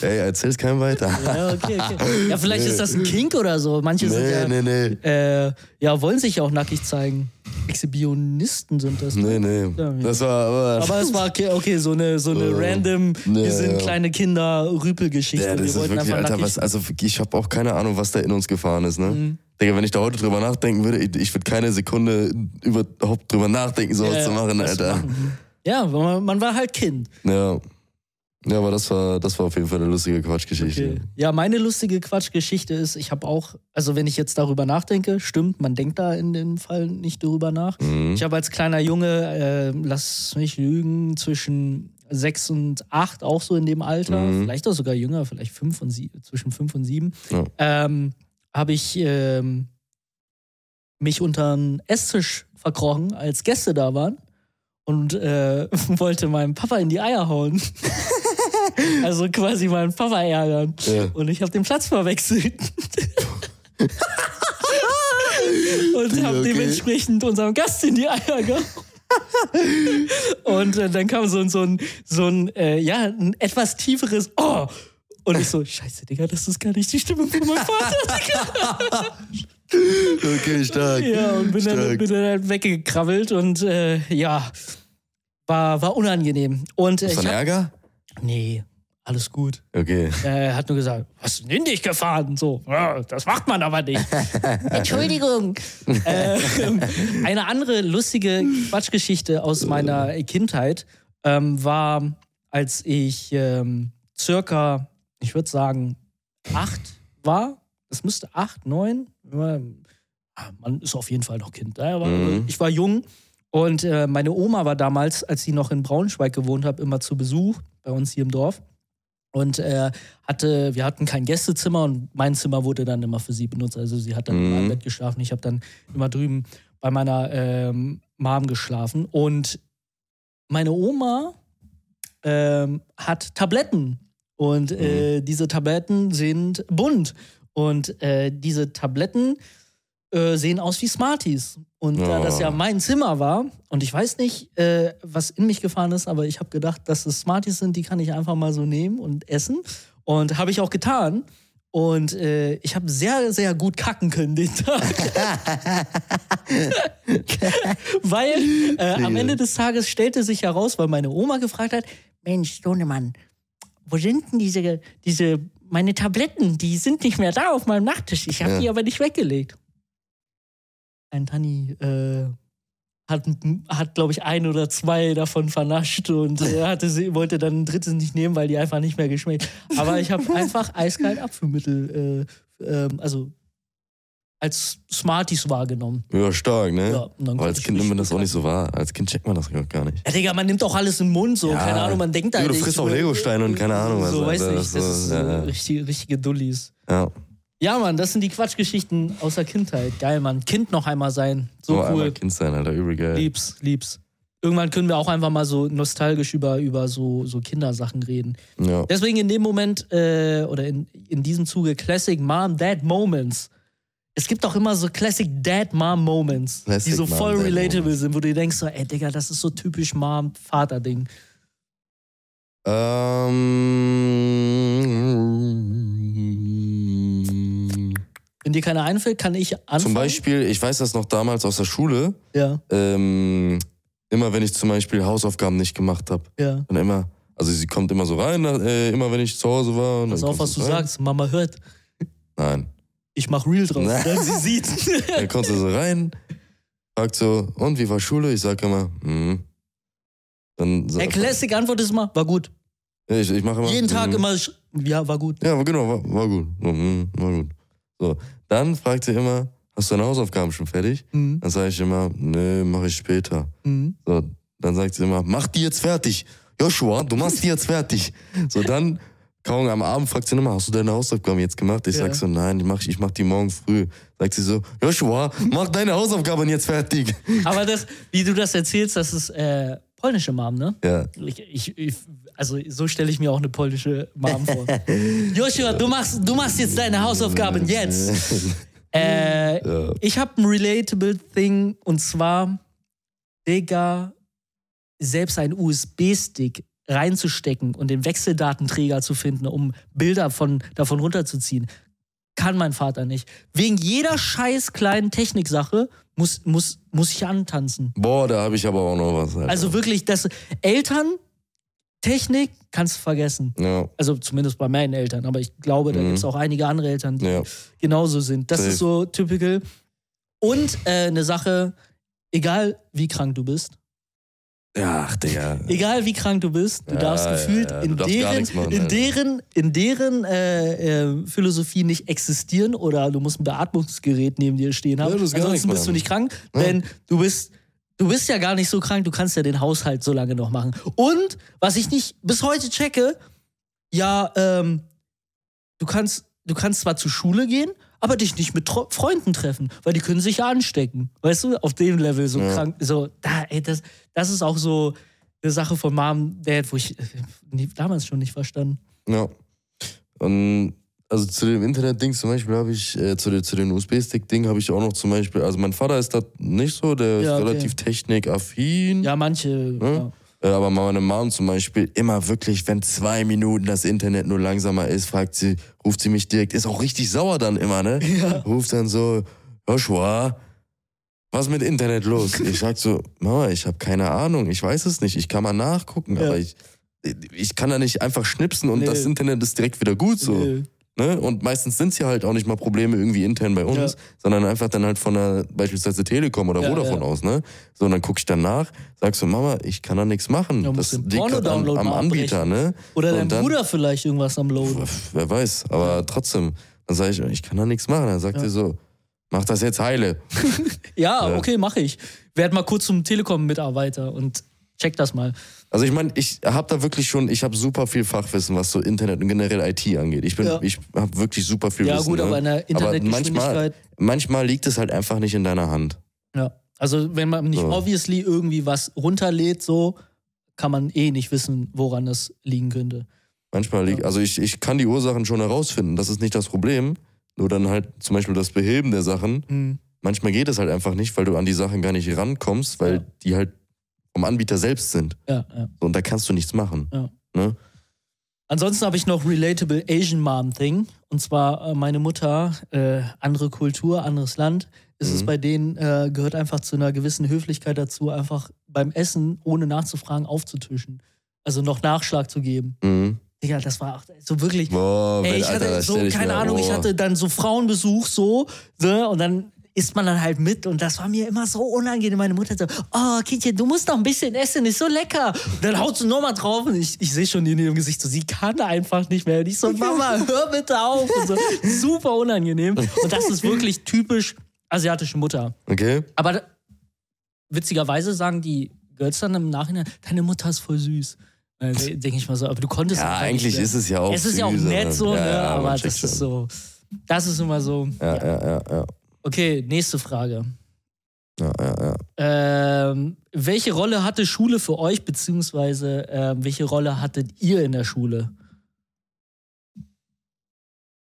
Ey, erzähl's keinem weiter. Ja, okay, okay. Ja, vielleicht Nee. ist das ein Kink oder so. Manche sind ja, Nee, nee, nee. Äh, ja, wollen sich auch nackig zeigen. Exhibitionisten sind das. Nee, nee. Ja, ja. Das war aber. Aber es war okay, okay so eine, so eine Oh. random, Ja, wir sind ja. kleine Kinder, Rüpelgeschichte. ja, wir das ist wollten wirklich, einfach Alter, nackig. was, Mhm. also ich habe auch keine Ahnung, was da in uns gefahren ist, ne? Digga, wenn ich da heute drüber nachdenken würde, ich, ich würde keine Sekunde überhaupt drüber nachdenken, sowas Ja, ja, zu machen, was Alter. machen. Ja, man, man war halt Kind. Ja. Ja, aber das war, das war auf jeden Fall eine lustige Quatschgeschichte. Okay. Ja, meine lustige Quatschgeschichte ist, ich habe auch, also wenn ich jetzt darüber nachdenke, stimmt, man denkt da in dem Fall nicht darüber nach. Mhm. Ich habe als kleiner Junge, äh, lass mich lügen, zwischen sechs und acht, auch so in dem Alter, Mhm. vielleicht auch sogar jünger, vielleicht fünf und sie zwischen fünf und sieben, Ja. ähm, habe ich ähm, mich unter einen Esstisch verkrochen, als Gäste da waren und äh, wollte meinem Papa in die Eier hauen. also quasi meinen Papa ärgern. Ja. Und ich habe den Platz verwechselt. und Digga, habe okay. dementsprechend unserem Gast in die Eier gehauen. und äh, dann kam so ein, so ein, so ein äh, ja, ein etwas tieferes Oh! Und ich so, scheiße, Digga, das ist gar nicht die Stimmung von meinem Vater. Okay, stark. ja, und bin dann, stark. bin dann halt weggekrabbelt und äh, ja, war, war unangenehm. Und äh, Ist ich dann hab, Ärger? nee, alles gut. Okay. Er äh, hat nur gesagt, was sind in dich gefahren? So, "Ja, das macht man aber nicht. Entschuldigung. ähm, eine andere lustige Quatschgeschichte aus meiner Kindheit ähm, war, als ich ähm, circa, ich würde sagen, acht war. Es müsste acht, neun. ja, ah, Man ist auf jeden Fall noch Kind. Ja, aber Mhm. Ich war jung und äh, meine Oma war damals, als sie noch in Braunschweig gewohnt hat, immer zu Besuch bei uns hier im Dorf. Und äh, hatte, wir hatten kein Gästezimmer und mein Zimmer wurde dann immer für sie benutzt. Also sie hat dann in meinem Mhm. Bett geschlafen. Ich habe dann immer drüben bei meiner ähm, Mom geschlafen. Und meine Oma ähm, hat Tabletten. Und äh, diese Tabletten sind bunt. Und äh, diese Tabletten äh, sehen aus wie Smarties. Und da das Oh. ja mein Zimmer war, und ich weiß nicht, äh, was in mich gefahren ist, aber ich habe gedacht, dass es Smarties sind, die kann ich einfach mal so nehmen und essen. Und habe ich auch getan. Und äh, ich habe sehr, sehr gut kacken können den Tag. weil äh, am Ende des Tages stellte sich heraus, weil meine Oma gefragt hat, Mensch, Sohnemann, wo sind denn diese, diese, meine Tabletten? Die sind nicht mehr da auf meinem Nachttisch. Ich habe Ja. die aber nicht weggelegt. Ein Tanni äh, hat, hat glaube ich, ein oder zwei davon vernascht und äh, hatte sie, wollte dann ein drittes nicht nehmen, weil die einfach nicht mehr geschmeckt. Aber ich habe einfach eiskalt Abführmittel, äh, ähm, also als Smarties wahrgenommen. Ja, stark, ne? Ja, und dann Aber als konnte ich Kind nimmt man das auch richtig nicht so wahr. Als Kind checkt man das gar nicht. Ja, Digga, man nimmt doch alles in den Mund, so, Ja. keine Ahnung, man denkt Ja, halt. du frisst auch Legosteine und keine Ahnung was, So, weiß Alter, nicht, das das ist- äh, ist so ja, ja. richtige, richtige Dullis. Ja. Ja, Mann, das sind die Quatschgeschichten aus der Kindheit. Geil, Mann. Kind noch einmal sein. So Aber einmal cool. Kind sein, Alter, übel geil. Lieb's, lieb's. Irgendwann können wir auch einfach mal so nostalgisch über, über so, so Kindersachen reden. Ja. Deswegen in dem Moment äh, oder in, in diesem Zuge Classic Mom Dad Moments. Es gibt auch immer so Classic Dad Mom Moments, die Classic so Mom, voll Dad relatable Moments. sind, wo du dir denkst so, ey Digga, das ist so typisch Mom Vater Ding. Ähm, Wenn dir keiner einfällt, kann ich anfangen. zum Beispiel, ich weiß das noch damals aus der Schule, Ja, ähm, immer wenn ich zum Beispiel Hausaufgaben nicht gemacht habe, ja. dann immer, also sie kommt immer so rein, äh, immer wenn ich zu Hause war. Und Pass dann auf, was kommst du rein. sagst. Mama hört. Nein. Ich mach real draus, Na. wenn sie sieht. Dann kommt sie so rein, fragt so, und wie war Schule? Ich sag immer, mhm. Dann Der sag, Classic Antwort ist immer, war gut. ich, ich mache immer. Jeden Tag mhm. immer, sch- ja, war gut. Ja, genau, war, war gut. So, mhm, war gut. So, dann fragt sie immer, hast du deine Hausaufgaben schon fertig? Mhm. Dann sage ich immer, nee, mache ich später. Mhm. So, dann sagt sie immer, mach die jetzt fertig. Joshua, du machst die jetzt fertig. So, dann, kaum am Abend fragt sie immer, hast du deine Hausaufgaben jetzt gemacht? Ich Ja. sag so, nein, die mach ich, ich mach die morgen früh. Sagt sie so, Joshua, mach deine Hausaufgaben jetzt fertig. Aber das, wie du das erzählst, das ist äh, polnische Mom, ne? Ja, Ich, ich, ich, also so stelle ich mir auch eine polnische Mom vor. Joshua, du machst, du machst jetzt deine Hausaufgaben jetzt. Äh, ja. ich habe ein relatable Thing und zwar, Digga, selbst einen USB-Stick reinzustecken und den Wechseldatenträger zu finden, um Bilder von, davon runterzuziehen, kann mein Vater nicht. Wegen jeder scheiß kleinen Techniksache muss, muss, muss ich antanzen. Boah, da habe ich aber auch noch was. Alter. Also wirklich, das Eltern, Technik kannst du vergessen. ja, Also zumindest bei meinen Eltern, aber ich glaube, da Mhm. gibt es auch einige andere Eltern, die ja. genauso sind. Das Safe. ist so typical. Und äh, eine Sache, egal wie krank du bist, Ja, ach, Digga. egal wie krank du bist, du Ja, darfst ja, gefühlt ja, du in, darfst gar deren, nichts machen, in Alter. deren, in deren äh, äh, Philosophie nicht existieren oder du musst ein Beatmungsgerät neben dir stehen haben. Ja, du darfst gar Ansonsten nichts bist du machen. nicht krank, Ja. denn du bist. Du bist ja gar nicht so krank, du kannst ja den Haushalt so lange noch machen. Und was ich nicht bis heute checke, ja, ähm, du kannst, du kannst zwar zur Schule gehen, aber dich nicht mit Tro Freunden treffen, weil die können sich ja anstecken. Weißt du, auf dem Level so Ja. krank, so, da, ey, das, das ist auch so eine Sache von Mom, Dad, wo ich äh, nie- damals schon nicht verstanden. Ja. Und also zu dem Internet-Ding zum Beispiel habe ich, äh, zu, de, zu dem USB-Stick-Ding habe ich auch noch zum Beispiel, also mein Vater ist da nicht so, der Ja, ist okay. relativ technikaffin. Ja, manche, ja. Ne? Äh, aber meine Mom zum Beispiel, immer wirklich, wenn zwei Minuten das Internet nur langsamer ist, fragt sie, ruft sie mich direkt, ist auch richtig sauer dann immer, ne? Ja. Ruft dann so, Joshua, was mit Internet los? Ich sag so, Mama, ich habe keine Ahnung, ich weiß es nicht, ich kann mal nachgucken, Ja. aber ich, ich kann da nicht einfach schnipsen und Nee. das Internet ist direkt wieder gut so. Äh, Ne? Und meistens sind es ja halt auch nicht mal Probleme irgendwie intern bei uns, Ja. sondern einfach dann halt von der beispielsweise Telekom oder Ja, Vodafone ja. aus, ne? So, und dann guck ich danach, sagst du, Mama, ich kann da nichts machen. Ja, musst das den liegt halt am, Porno-Download am mal Anbieter, ne? Oder Und dein dann- Bruder vielleicht irgendwas am Load. Pff, Wer weiß, aber trotzdem, dann sage ich, ich kann da nichts machen. Dann sagt Ja. sie so, mach das jetzt heile. Ja, Ja. okay, mache ich. Werd mal kurz zum Telekom-Mitarbeiter und Check das mal. Also ich meine, ich habe da wirklich schon, ich habe super viel Fachwissen, was so Internet und generell IT angeht. Ich bin, Ja. ich habe wirklich super viel Ja, Wissen. gut, ne? aber in der Internetgeschwindigkeit. manchmal, manchmal liegt es halt einfach nicht in deiner Hand. Ja. Also wenn man nicht So. obviously irgendwie was runterlädt, so kann man eh nicht wissen, woran das liegen könnte. Manchmal liegt, also ich, ich kann die Ursachen schon herausfinden, das ist nicht das Problem. Nur dann halt zum Beispiel das Beheben der Sachen. Manchmal geht es halt einfach nicht, weil du an die Sachen gar nicht rankommst, weil Ja. die halt vom Anbieter selbst sind. Ja, ja. So, Und da kannst du nichts machen. Ja. Ne? Ansonsten habe ich noch Relatable Asian Mom Thing. Und zwar äh, meine Mutter, äh, andere Kultur, anderes Land. Ist es Mhm. bei denen, äh, gehört einfach zu einer gewissen Höflichkeit dazu, einfach beim Essen, ohne nachzufragen, aufzutischen. Also noch Nachschlag zu geben. Mhm. Digga, das war auch- so wirklich. Boah, Ey, wenn- ich hatte Alter, das so, stell ich keine mir- Ahnung, ich boah. hatte dann so Frauenbesuch so, ne, und dann isst man dann halt mit und das war mir immer so unangenehm. Meine Mutter so, oh Kindchen, du musst noch ein bisschen essen, ist so lecker. Und dann haut sie nochmal drauf und ich, ich sehe schon in ihrem Gesicht so, sie kann einfach nicht mehr. Und ich so, Mama, hör bitte auf. Und so, super unangenehm. Und das ist wirklich typisch asiatische Mutter. Okay. Aber da- witzigerweise sagen die Girls dann im Nachhinein, deine Mutter ist voll süß. Denke ich mal so, aber du konntest Ja, einfach nicht eigentlich mehr. ist es ja auch Es ist ja auch süß, nett aber- so, ja, ne? ja, aber man das checkt schon. ist so. Das ist immer so. Ja, ja, ja, ja. Okay, nächste Frage. ja, ja, ja. Ähm, welche Rolle hatte Schule für euch, beziehungsweise ähm, welche Rolle hattet ihr in der Schule?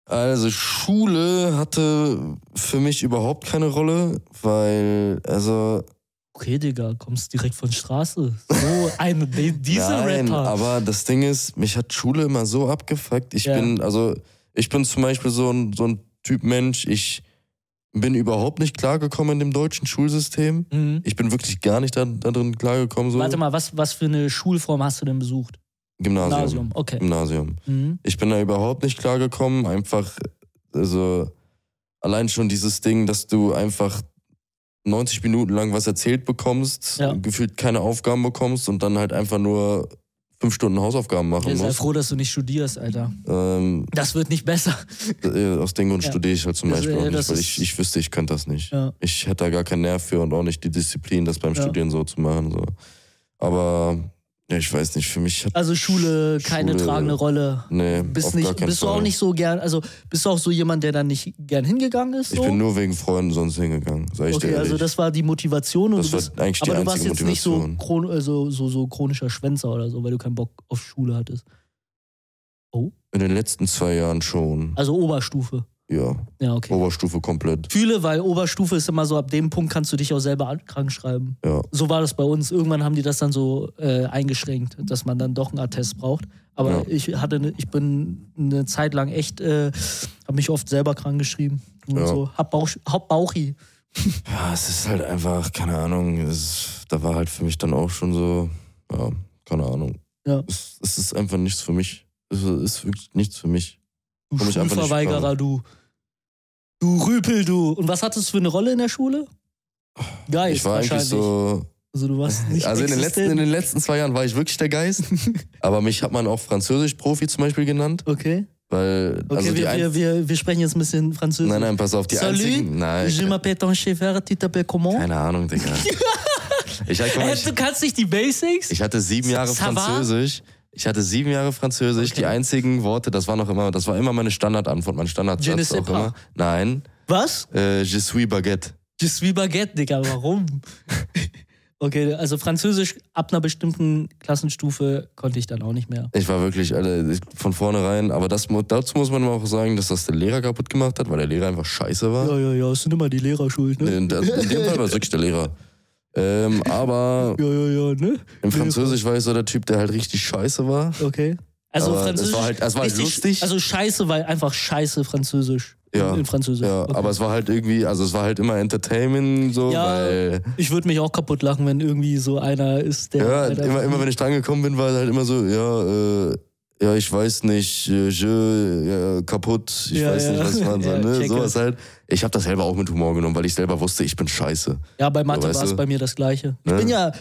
Also Schule hatte für mich überhaupt keine Rolle, weil, also Okay, Digga, kommst direkt von Straße. So, ein, die- diese Nein, Rapper. aber das Ding ist, mich hat Schule immer so abgefuckt. Ich Ja. bin, also, ich bin zum Beispiel so ein, so ein Typ Mensch, ich bin überhaupt nicht klargekommen in dem deutschen Schulsystem. Mhm. Ich bin wirklich gar nicht da, da drin klargekommen, so Warte mal, was, was für eine Schulform hast du denn besucht? Gymnasium. Gymnasium, okay. Gymnasium. Mhm. Ich bin da überhaupt nicht klargekommen, einfach, also, allein schon dieses Ding, dass du einfach 90 Minuten lang was erzählt bekommst, Ja. gefühlt keine Aufgaben bekommst und dann halt einfach nur fünf Stunden Hausaufgaben machen Ich sei musst. froh, dass du nicht studierst, Alter. Ähm, Das wird nicht besser. Äh, Aus dem Grund Ja. studiere ich halt zum Das, Beispiel äh, auch nicht, das weil ist- ich, ich wüsste, ich könnte das nicht. Ja. Ich hätte da gar keinen Nerv für und auch nicht die Disziplin, das beim Ja. Studieren so zu machen. So. Aber ja, ich weiß nicht, für mich hat. Also Schule keine Schule- tragende Rolle. Nee, Bist, auf nicht, gar keinen bist du Fall. auch nicht so gern, also bist du auch so jemand, der dann nicht gern hingegangen ist? So? Ich bin nur wegen Freunden sonst hingegangen, sag ich dir Okay, ehrlich. also das war die Motivation und Das du bist, war eigentlich die aber du warst jetzt einzige nicht so, Motivation. chron, also so, so chronischer Schwänzer oder so, weil du keinen Bock auf Schule hattest. In den letzten zwei Jahren schon. Also Oberstufe. Ja, Ja, okay. Oberstufe komplett. Fühle, weil Oberstufe ist immer so, ab dem Punkt kannst du dich auch selber an- krank schreiben. Ja. So war das bei uns. Irgendwann haben die das dann so äh, eingeschränkt, dass man dann doch einen Attest braucht. Aber Ja. ich hatte, ne- ich bin eine Zeit lang echt, äh, habe mich oft selber krank geschrieben und Ja. so. Hab, Bauch, hab Bauchi. Ja, es ist halt einfach, keine Ahnung, es, da war halt für mich dann auch schon so, ja, keine Ahnung. Ja. Es, es ist einfach nichts für mich. Es ist wirklich nichts für mich. Du Komm ich einfach nicht Schulverweigerer, du. Du Rüpel, du. Und was hattest du für eine Rolle in der Schule? Geist, ich war eigentlich wahrscheinlich. so. also du warst Ah, nicht Also in den, letzten, existent. in den letzten zwei Jahren war ich wirklich der Geist. aber mich hat man auch Französisch-Profi zum Beispiel genannt. Okay, Weil. okay also die wir, ein- wir, wir, wir sprechen jetzt ein bisschen Französisch. Nein, nein, pass auf, die Salut, einzigen. Nein. Je m'appelle ton chauffeur, tu t'appelles comment? Keine Ahnung, Digga. ich, halt, guck mal, Hä, ich, du kannst nicht die Basics? ich hatte sieben Jahre Ça va? Französisch. Ich hatte sieben Jahre Französisch. Okay. Die einzigen Worte, das war noch immer, das war immer meine Standardantwort, mein Je ne Standardsatz sais auch pas. immer. Nein. Was? Äh, je suis baguette. Je suis baguette, Digga, warum? okay, also Französisch ab einer bestimmten Klassenstufe konnte ich dann auch nicht mehr. Ich war wirklich alle ich- von vornherein, aber das, mu- dazu muss man immer auch sagen, dass das der Lehrer kaputt gemacht hat, weil der Lehrer einfach scheiße war. Ja, ja, ja, es sind immer die Lehrer schuld, ne? In, der- in dem Fall war es wirklich der Lehrer. Ähm, aber Ja, ja, ja, ne? im Französisch war ich so der Typ, der halt richtig scheiße war. Okay. Also Aber es Französisch. war halt- es war halt lustig. Also scheiße, weil einfach scheiße Französisch. Ja. In, in Französisch. Ja, okay. aber es war halt irgendwie, also es war halt immer Entertainment so, Ja, weil ich würde mich auch kaputt lachen, wenn irgendwie so einer ist, der. ja, der- immer, immer wenn ich dran gekommen bin, war halt immer so, ja, äh, ja, ich weiß nicht, äh, je, ja, kaputt, ich Ja, weiß nicht, ja. was man soll, Ja, ne? checke. Sowas halt. Ich habe das selber auch mit Humor genommen, weil ich selber wusste, ich bin scheiße. ja, bei Mathe Ja, weißt war es du. bei mir das Gleiche. Ich Ne? bin ja.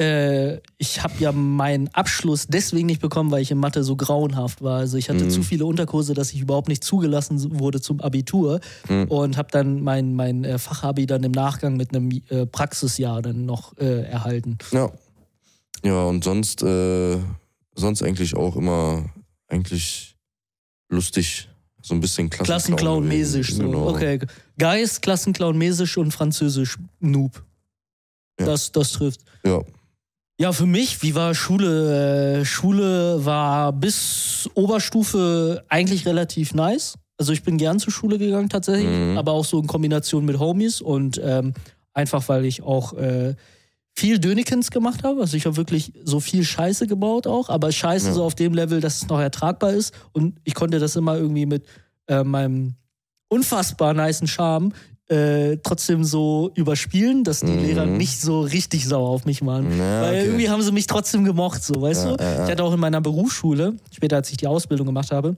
Äh, ich habe ja meinen Abschluss deswegen nicht bekommen, weil ich in Mathe so grauenhaft war. Also ich hatte Mhm. zu viele Unterkurse, dass ich überhaupt nicht zugelassen wurde zum Abitur Mhm. und habe dann mein, mein äh, Fachabi dann im Nachgang mit einem äh, Praxisjahr dann noch äh, erhalten. Ja. Ja, und sonst, äh, sonst eigentlich auch immer eigentlich lustig, so ein bisschen Klassenclown. Klassenclown-mäßig. So. Genau. Okay. Geist, Klassenclown-mäßig und französisch Noob. Ja. Das, das trifft. Ja. Ja, für mich, wie war Schule? Äh, Schule war bis Oberstufe eigentlich relativ nice. Also ich bin gern zur Schule gegangen tatsächlich, Mhm. aber auch so in Kombination mit Homies und ähm, einfach, weil ich auch äh, viel Dönikens gemacht habe. Also ich habe wirklich so viel Scheiße gebaut auch, aber Scheiße Ja. so auf dem Level, dass es noch ertragbar ist. Und ich konnte das immer irgendwie mit äh, meinem unfassbar nicen Charme äh, trotzdem so überspielen, dass die Mhm. Lehrer nicht so richtig sauer auf mich waren. Ja, Weil okay. irgendwie haben sie mich trotzdem gemocht, so, weißt Ja, du? ja, ja. Ich hatte auch in meiner Berufsschule, später als ich die Ausbildung gemacht habe,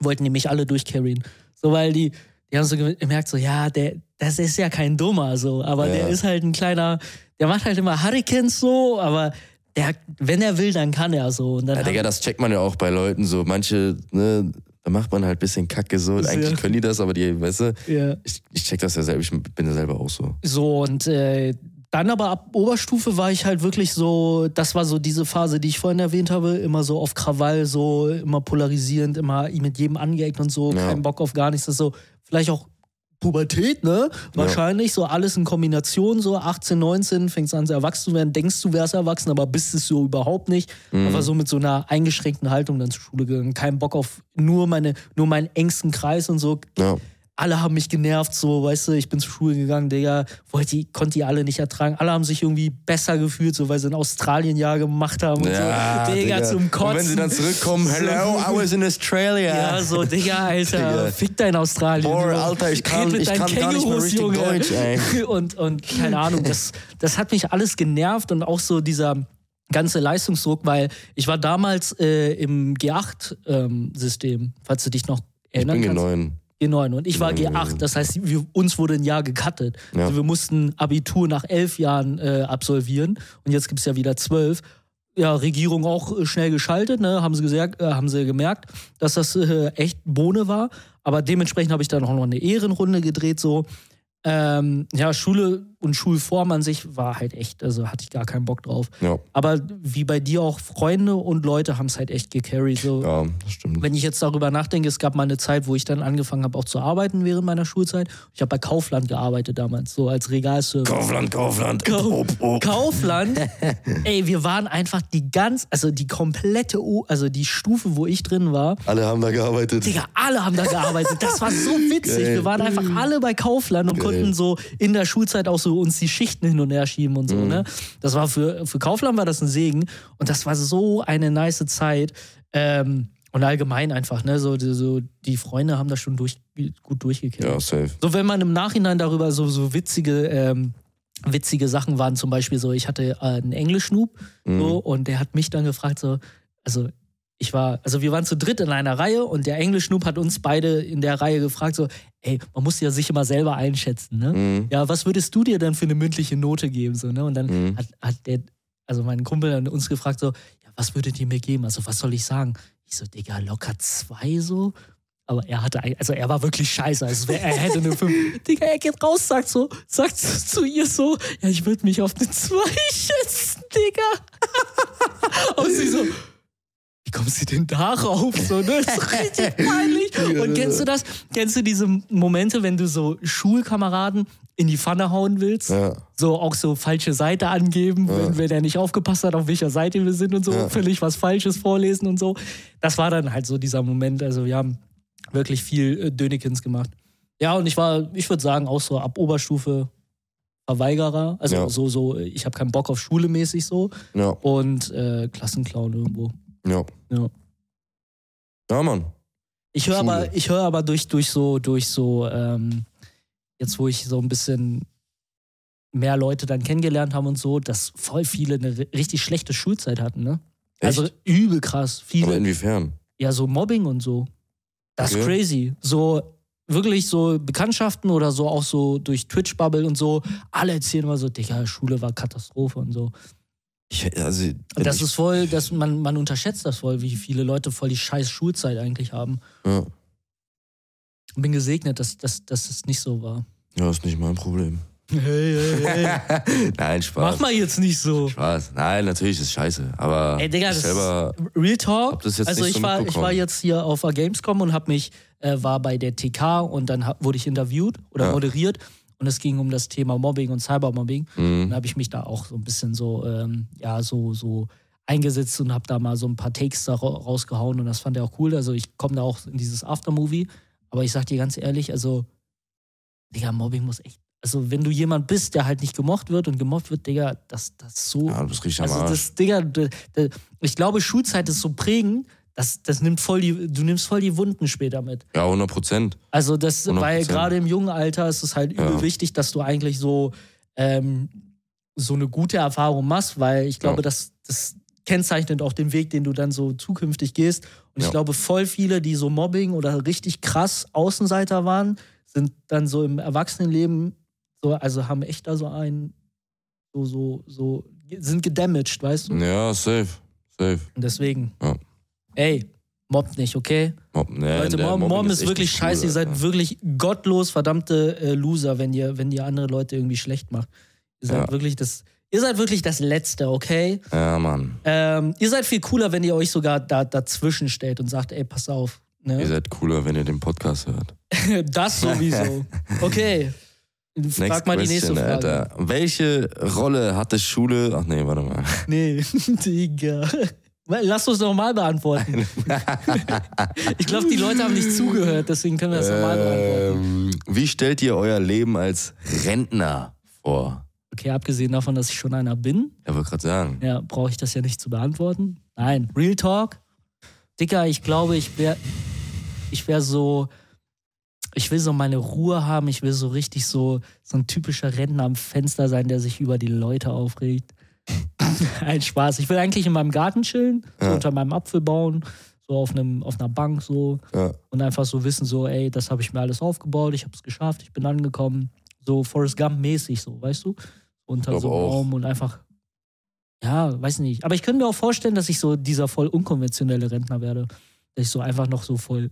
wollten die mich alle durchcarryen. So, weil die, die haben so ge- gemerkt, so, ja, der, das ist ja kein Dummer, so, aber Ja. der ist halt ein kleiner, der macht halt immer Hurricanes so, aber der, wenn er will, dann kann er so. Und dann Ja, haben- Digga, das checkt man ja auch bei Leuten so. Manche, ne, da macht man halt ein bisschen Kacke so. Ist Eigentlich ja- können die das, aber die, weißt du, ja. ich, ich check das ja selber, ich bin ja selber auch so. So, und äh, dann aber ab Oberstufe war ich halt wirklich so, das war so diese Phase, die ich vorhin erwähnt habe, immer so auf Krawall, so immer polarisierend, immer mit jedem angeeckt und so, Ja. kein Bock auf gar nichts. Das ist so, vielleicht auch Pubertät, ne? Wahrscheinlich, so alles in Kombination, so 18, 19, fängst an, erwachsen zu werden, denkst du wärst erwachsen, aber bist es so überhaupt nicht. Mhm. Aber so mit so einer eingeschränkten Haltung dann zur Schule gegangen. Kein Bock auf nur meine, nur meinen engsten Kreis und so, Ja, alle haben mich genervt, so, weißt du, ich bin zur Schule gegangen, Digga, wollte die, konnte die alle nicht ertragen. Alle haben sich irgendwie besser gefühlt, so, weil sie ein Australien-Jahr gemacht haben und so. Digga, zum Kotzen. Und wenn sie dann zurückkommen, hello, I was in Australia. ja, so, Digga, Alter, Digga. fick dein Australien. Boah, Junge. Alter, ich Red kann- mit ich deinen kann gar nicht mehr Kängurus, richtig Junge. Deutsch, ey. Und, und keine Ahnung, das, das hat mich alles genervt und auch so dieser ganze Leistungsdruck, weil ich war damals äh, im G8-System, falls du dich noch ich erinnern bin kannst. G9. G9 und ich war G9 G8. gewesen. Das heißt, wir, uns wurde ein Jahr gecuttet. Mhm. Ja. Also wir mussten Abitur nach elf Jahren äh, absolvieren und jetzt gibt es ja wieder zwölf. Ja, Regierung auch äh, schnell geschaltet, ne? haben, sie gesagt, äh, haben sie gemerkt, dass das äh, echt Bohne war. Aber dementsprechend habe ich dann auch noch eine Ehrenrunde gedreht. So. Ähm, ja, Schule und Schulform an sich war halt echt, also hatte ich gar keinen Bock drauf. Ja, Aber wie bei dir auch, Freunde und Leute haben es halt echt gecarried. So ja, das stimmt. wenn ich jetzt darüber nachdenke, es gab mal eine Zeit, wo ich dann angefangen habe, auch zu arbeiten während meiner Schulzeit. Ich habe bei Kaufland gearbeitet damals, so als Regalservice. Kaufland, Kaufland. Ob, ob. Kaufland, ey, wir waren einfach die ganz, also die komplette, o also die Stufe, wo ich drin war. Alle haben da gearbeitet. Digga, alle haben da gearbeitet. Das war so witzig. Geil. Mhm. Wir waren einfach alle bei Kaufland und Geil. konnten so in der Schulzeit auch so uns die Schichten hin und her schieben und so. Mhm. Ne? Das war für, für Kaufland war das ein Segen. Und das war so eine nice Zeit. Ähm, und allgemein einfach, ne? So, die- so, die Freunde haben das schon durch, gut durchgekehrt. Ja, safe. So, wenn man im Nachhinein darüber so, so witzige, ähm, witzige Sachen waren, zum Beispiel so, ich hatte äh, einen Englischnoob so, und der hat mich dann gefragt, so, also ich war, also wir waren zu dritt in einer Reihe und der Englischnoob hat uns beide in der Reihe gefragt, so, ey, man muss ja sich immer selber einschätzen, ne? Mhm. Ja, was würdest du dir denn für eine mündliche Note geben, so, ne? Und dann Mhm. hat, hat der, also mein Kumpel dann uns gefragt, so, ja, was würdet ihr mir geben? Also, was soll ich sagen? Ich so, Digga, locker zwei so. Aber er hatte, ein- also er war wirklich scheiße. Also es wär- er hätte eine 5. Digga, er geht raus, sagt so, sagt zu ihr so, ja, ich würde mich auf eine 2 schätzen, Digga. Und sie so, wie kommen sie denn darauf? So, ne? Das ist richtig peinlich. Und kennst du das? Kennst du diese Momente, wenn du so Schulkameraden in die Pfanne hauen willst? Ja. so auch so falsche Seite angeben, wenn, wenn er nicht aufgepasst hat, auf welcher Seite wir sind und so, Ja. völlig was Falsches vorlesen und so. Das war dann halt so dieser Moment. Also wir haben wirklich viel äh, Dönikins gemacht. Ja, und ich war, ich würde sagen, auch so ab Oberstufe Verweigerer. Also Ja. so, so, äh, ich habe keinen Bock auf Schule mäßig so. Ja, Und äh, Klassenclown irgendwo. ja. Ja. Ja, Mann. Ich höre Schule. aber, ich höre aber durch, durch so, durch so, ähm, jetzt wo ich so ein bisschen mehr Leute dann kennengelernt haben und so, dass voll viele eine ri- richtig schlechte Schulzeit hatten, ne? Also Echt? übel krass. Aber Viele, inwiefern? ja, so Mobbing und so. Das ist Okay. crazy. So wirklich so Bekanntschaften oder so auch so durch Twitch-Bubble und so, alle erzählen immer so, Digga, Schule war Katastrophe und so. Ich, also, Und das ich, ist voll, dass man, man unterschätzt das voll, wie viele Leute voll die scheiß Schulzeit eigentlich haben. ja. Und bin gesegnet, dass, dass, dass es nicht so war. ja, ist nicht mein Problem. Hey, hey, hey. Nein, Spaß. Mach mal jetzt nicht so. Spaß. Nein, natürlich ist scheiße. Aber Ey, Digga, ich das selber. ist Real Talk. hab das jetzt also nicht ich so war, ich mitbekommen. war jetzt hier auf der Gamescom und hab mich, äh, war bei der TK und dann hab, wurde ich interviewt oder Ja. moderiert und es ging um das Thema Mobbing und Cybermobbing. Mhm. Und dann habe ich mich da auch so ein bisschen so, ähm, ja, so, so eingesetzt und habe da mal so ein paar Takes da ra- rausgehauen und das fand er auch cool. Also ich komme da auch in dieses Aftermovie. Aber ich sag dir ganz ehrlich, also, Digga, Mobbing muss echt. Also, wenn du jemand bist, der halt nicht gemocht wird und gemobbt wird, Digga, das, das ist so Ja, du bist richtig am also Arsch. das, Digga, d- d- ich glaube, Schulzeit ist so prägend, das, das nimmt voll die, du nimmst voll die Wunden später mit. ja, 100 Prozent. Also das, weil 100%. gerade im jungen Alter ist es halt übel Ja. wichtig, dass du eigentlich so, ähm, so eine gute Erfahrung machst, weil ich glaube, Ja. das, das kennzeichnet auch den Weg, den du dann so zukünftig gehst. Und ich Ja. glaube, voll viele, die so Mobbing oder richtig krass Außenseiter waren, sind dann so im Erwachsenenleben, so, also haben echt da so einen, so, so, so, sind gedamaged, weißt du? Ja, safe. Safe. Und deswegen. Mhm. Ja. Ey, mobbt nicht, okay? Mob, nee, Leute, Äh, der Mob, Mobben ist, echt wirklich nicht cool, scheiße. Ihr seid Alter. wirklich gottlos verdammte äh, Loser, wenn ihr, wenn ihr andere Leute irgendwie schlecht macht. Ihr seid Ja. wirklich das. Ihr seid wirklich das Letzte, okay? Ja, Mann. Ähm, ihr seid viel cooler, wenn ihr euch sogar da, dazwischen stellt und sagt, ey, pass auf. Ihr Ne? seid cooler, wenn ihr den Podcast hört. Das sowieso. Okay. Frag Next mal die nächste question, Frage. Alter. Welche Rolle hatte Schule? Ach nee, warte mal. Nee, Digga. Lass uns nochmal beantworten. ich glaube, die Leute haben nicht zugehört, deswegen können wir das nochmal Ähm, beantworten. wie stellt ihr euer Leben als Rentner vor? Okay, abgesehen davon, dass ich schon einer bin, Ja, wollte gerade sagen. ja, brauche ich das ja nicht zu beantworten. Nein, Real Talk. Dicker, ich glaube, ich wäre ich wär so, ich will so meine Ruhe haben, ich will so richtig so, so ein typischer Rentner am Fenster sein, der sich über die Leute aufregt. ein Spaß. Ich will eigentlich in meinem Garten chillen, so Ja. unter meinem Apfelbaum, so auf, einem, auf einer Bank, so Ja. und einfach so wissen, so, ey, das habe ich mir alles aufgebaut, ich habe es geschafft, ich bin angekommen. So Forrest Gump-mäßig, so, weißt du? Unter Glaub so einem auch. Raum und einfach. Ja, weiß nicht. Aber ich könnte mir auch vorstellen, dass ich so dieser voll unkonventionelle Rentner werde. Dass ich so einfach noch so voll,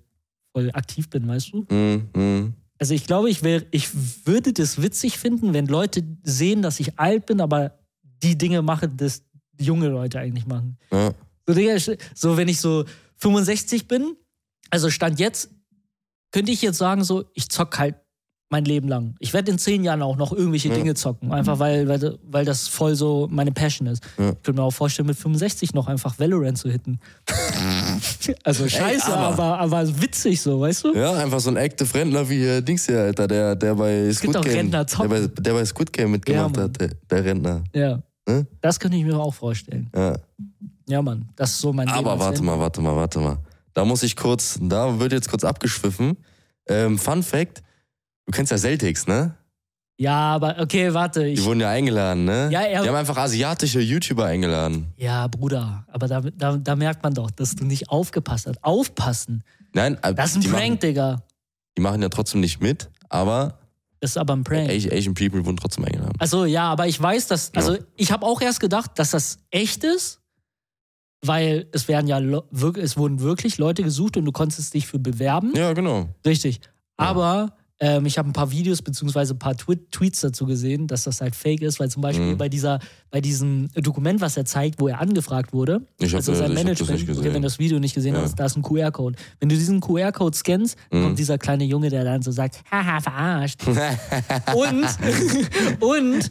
voll aktiv bin, weißt du? Mhm, mhm. Also ich glaube, ich, wär, ich würde das witzig finden, wenn Leute sehen, dass ich alt bin, aber die Dinge mache, das junge Leute eigentlich machen. Ja. So, Digga, ich- so wenn ich so 65 bin, also Stand jetzt, könnte ich jetzt sagen, so, ich zock halt mein Leben lang. Ich werde in zehn Jahren auch noch irgendwelche Ja. Dinge zocken, einfach weil, weil, weil das voll so meine Passion ist. Ja. Ich könnte mir auch vorstellen, mit 65 noch einfach Valorant zu hitten. also scheiße, aber. aber- Aber, witzig so, weißt du? Ja, einfach so ein active Rentner wie hier Dings hier, Alter, der, der bei gibt Squid auch Game. Rentner der, zocken. bei, der bei Squid Game mitgemacht Ja, Mann. hat, der, der Rentner. Ja. Hm? Das könnte ich mir auch vorstellen. Ja. Ja, Mann, das ist so mein Leben. Aber als warte Fan. mal, warte mal, warte mal. Da muss ich kurz, da wird jetzt kurz abgeschwiffen. Ähm, Fun Fact: Du kennst ja Celtics, ne? Ja, aber okay, warte. Die Ich, wurden ja eingeladen, ne? Ja, ja. Die haben einfach asiatische YouTuber eingeladen. ja, Bruder, aber da, da, da merkt man doch, dass du nicht aufgepasst hast. Aufpassen. Nein, äh, Das ist ein die, Prank, machen, Digga. die machen ja trotzdem nicht mit, aber Das ist aber ein Prank. Asian Asian People wurden trotzdem eingeladen. Also ja, aber ich weiß, dass, also ich habe auch erst gedacht, dass das echt ist, weil es werden ja lo- wirk- es wurden wirklich Leute gesucht und du konntest dich für bewerben. Ja, genau. Richtig. Aber ähm, ich habe ein paar Videos beziehungsweise ein paar Twi Tweets dazu gesehen, dass das halt fake ist, weil zum Beispiel Mhm. bei dieser, bei diesem Dokument, was er zeigt, wo er angefragt wurde, Ich hab, also äh, sein ich hab das Management, nicht gesehen. okay, wenn du das Video nicht gesehen Ja. hast, da ist ein QR-Code. Wenn du diesen QR-Code scannst, Mhm. kommt dieser kleine Junge, der dann so sagt, haha, verarscht. und, und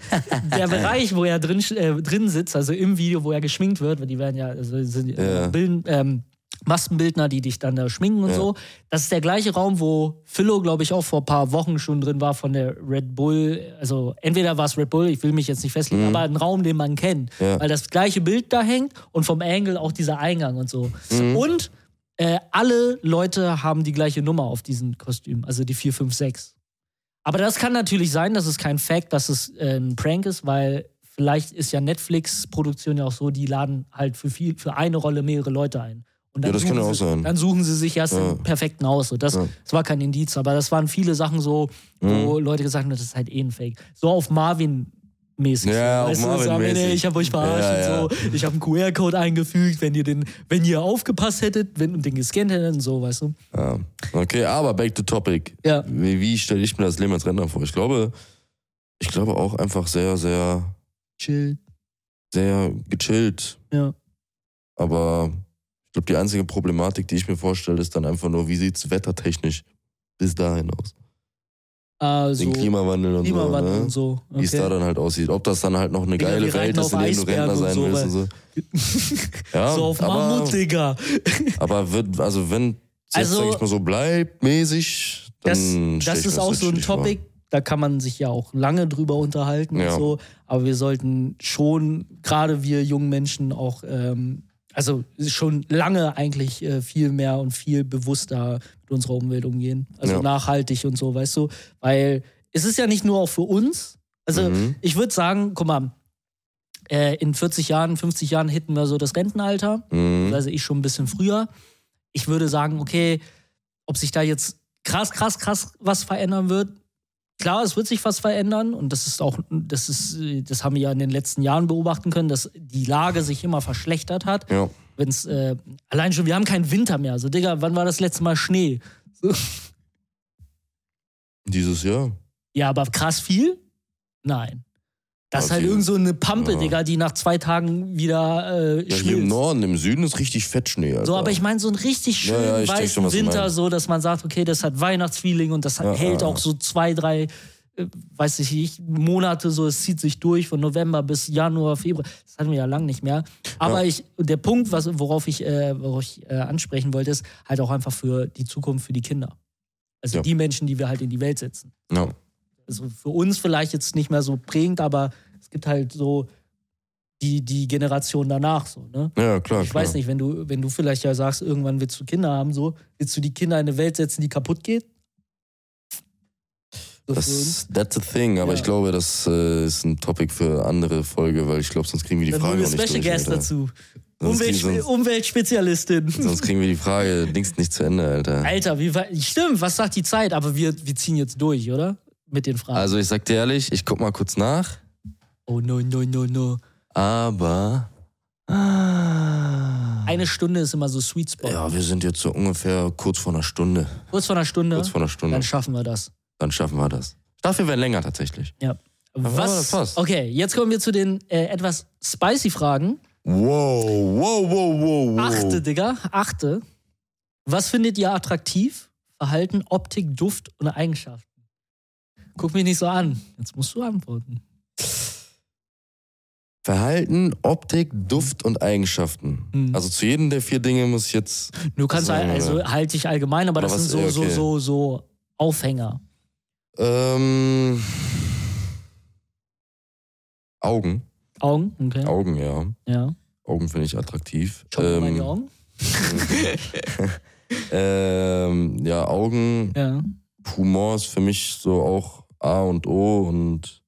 der Bereich, wo er drin, äh, drin sitzt, also im Video, wo er geschminkt wird, weil die werden ja, also sind äh, Ja. Bilden, ähm, Maskenbildner, die dich dann da schminken und Ja. so. Das ist der gleiche Raum, wo Philo, glaube ich, auch vor ein paar Wochen schon drin war von der Red Bull. Also entweder war es Red Bull, ich will mich jetzt nicht festlegen, aber ein Raum, den man kennt. Mhm. Ja. Weil das gleiche Bild da hängt und vom Angle auch dieser Eingang und so. Mhm. Und äh, alle Leute haben die gleiche Nummer auf diesen Kostümen, also die 456. Aber das kann natürlich sein, das ist kein Fact, dass es äh, ein Prank ist, weil vielleicht ist ja Netflix-Produktion ja auch so, die laden halt für viel, für eine Rolle mehrere Leute ein. Und Ja, das suchen kann ja auch sie, sein. Dann suchen sie sich erst den perfekten aus. So, das, Ja. Mhm. das war kein Indiz, aber das waren viele Sachen so, wo Leute gesagt haben, das ist halt eh ein Fake. So auf Marvin. Mäßig. Ja, so. auf Weißt du, so Marvin am Ende, mäßig. ich habe euch verarscht Ja, und so. Ich habe einen QR-Code eingefügt, wenn ihr den, wenn ihr aufgepasst hättet wenn, und den gescannt hättet und so, weißt du? Ja. Ähm, Okay, aber back to topic. Ja. Wie, wie stelle ich mir das Leben als Rentner vor? Ich glaube, ich glaube auch einfach sehr, sehr, Chill. sehr gechillt. Ja. Aber ich glaube, die einzige Problematik, die ich mir vorstelle, ist dann einfach nur, wie sieht es wettertechnisch bis dahin aus? Also, Den Klimawandel und Klimawandel so. Ne? und so. Wie es da dann halt aussieht. Ob das dann halt noch eine Digga, geile wir Welt reiten ist, in auf der du Rentner Eisbergen und sein willst so, und so. Ja, so auf aber, Mammut, Digga. aber wird, also wenn es jetzt, Also, sag ich mal, so bleibt mäßig, Das, dann stell das ich ist mir auch so ein natürlich vor. Topic, da kann man sich ja auch lange drüber unterhalten Ja. und so. Aber wir sollten schon, gerade wir jungen Menschen, auch, ähm, also schon lange eigentlich äh, viel mehr und viel bewusster mit unserer Umwelt umgehen. Also Ja. nachhaltig und so, weißt du? Weil es ist ja nicht nur auch für uns. Also Mhm. ich würde sagen, guck mal, äh, in 40 Jahren, 50 Jahren hätten wir so das Rentenalter. Mhm. also ich schon ein bisschen früher. Ich würde sagen, okay, ob sich da jetzt krass, krass, krass was verändern wird. Klar, es wird sich was verändern und das ist auch, das ist, äh, das haben wir ja in den letzten Jahren beobachten können, dass die Lage sich immer verschlechtert hat. Ja. Wenn's, äh, allein schon, wir haben keinen Winter mehr. So, Digga, wann war das letzte Mal Schnee? Dieses Jahr. Ja, aber krass viel? Nein. Das ist Ja, halt die- irgend so eine Pampe, ja. Digga, die nach zwei Tagen wieder äh, Ja, hier im schmilzt. Norden, im Süden ist richtig Fettschnee. Alter. So, aber ich meine, so einen richtig Ja, schönen ja, ich check weißen schon, was du Winter, meinst. so dass man sagt, okay, das hat Weihnachtsfeeling und das hat, Ja, hält ja, auch so zwei, drei, äh, weiß ich nicht, Monate so, es zieht sich durch von November bis Januar, Februar. Das hatten wir ja lang nicht mehr. Aber ich, der Punkt, was, worauf ich, äh, worauf ich äh, ansprechen wollte, ist halt auch einfach für die Zukunft, für die Kinder. Also Ja. die Menschen, die wir halt in die Welt setzen Ja. also für uns vielleicht jetzt nicht mehr so prägend, aber es gibt halt so die, die Generation danach so, ne? ja, klar. Ich klar. weiß nicht, wenn du, wenn du vielleicht ja sagst, irgendwann willst du Kinder haben, so, willst du die Kinder in eine Welt setzen, die kaputt geht? So für Das, uns. that's the thing, aber Ja. ich glaube, das äh, ist ein Topic für andere Folge, weil ich glaube, sonst kriegen wir die Dann Frage holen wir noch nicht Special durch, Guest Alter. dazu. Sonst, kriegen, Umweltspe sonst, Umweltspezialistin. sonst kriegen wir die Frage links nicht zu Ende, Alter. Alter, wie weit. Stimmt, was sagt die Zeit? Aber wir, wir ziehen jetzt durch, oder? Mit den Fragen. Also ich sag dir ehrlich, ich guck mal kurz nach, oh no, no, no, no. aber ja, Eine Stunde ist immer so Sweet Spot. wir sind jetzt so ungefähr kurz vor einer Stunde. Kurz vor einer Stunde, Kurz vor einer Stunde. dann schaffen wir das. Dann schaffen wir das. Dafür wäre länger tatsächlich. aber das Was? passt. Okay, jetzt kommen wir zu den äh, etwas spicy Fragen. Wow, wow, wow, wow, wow. Achte, Digga, achte. Was findet ihr attraktiv? Verhalten, Optik, Duft und Eigenschaften. Guck mich nicht so an. Jetzt musst du antworten. Verhalten, Optik, Duft und Eigenschaften. Hm. Also zu jedem der vier Dinge muss ich jetzt. Du kannst So, halt, also halt dich allgemein, aber Aber das was- sind so, ja, okay. so, so, so Aufhänger. Ähm, Augen. Augen, okay. Augen, ja. Ja. Augen finde ich attraktiv. Schau mal in die Augen. ähm, ja, Augen, Ja. Mhm. Humor ist für mich so auch A und O und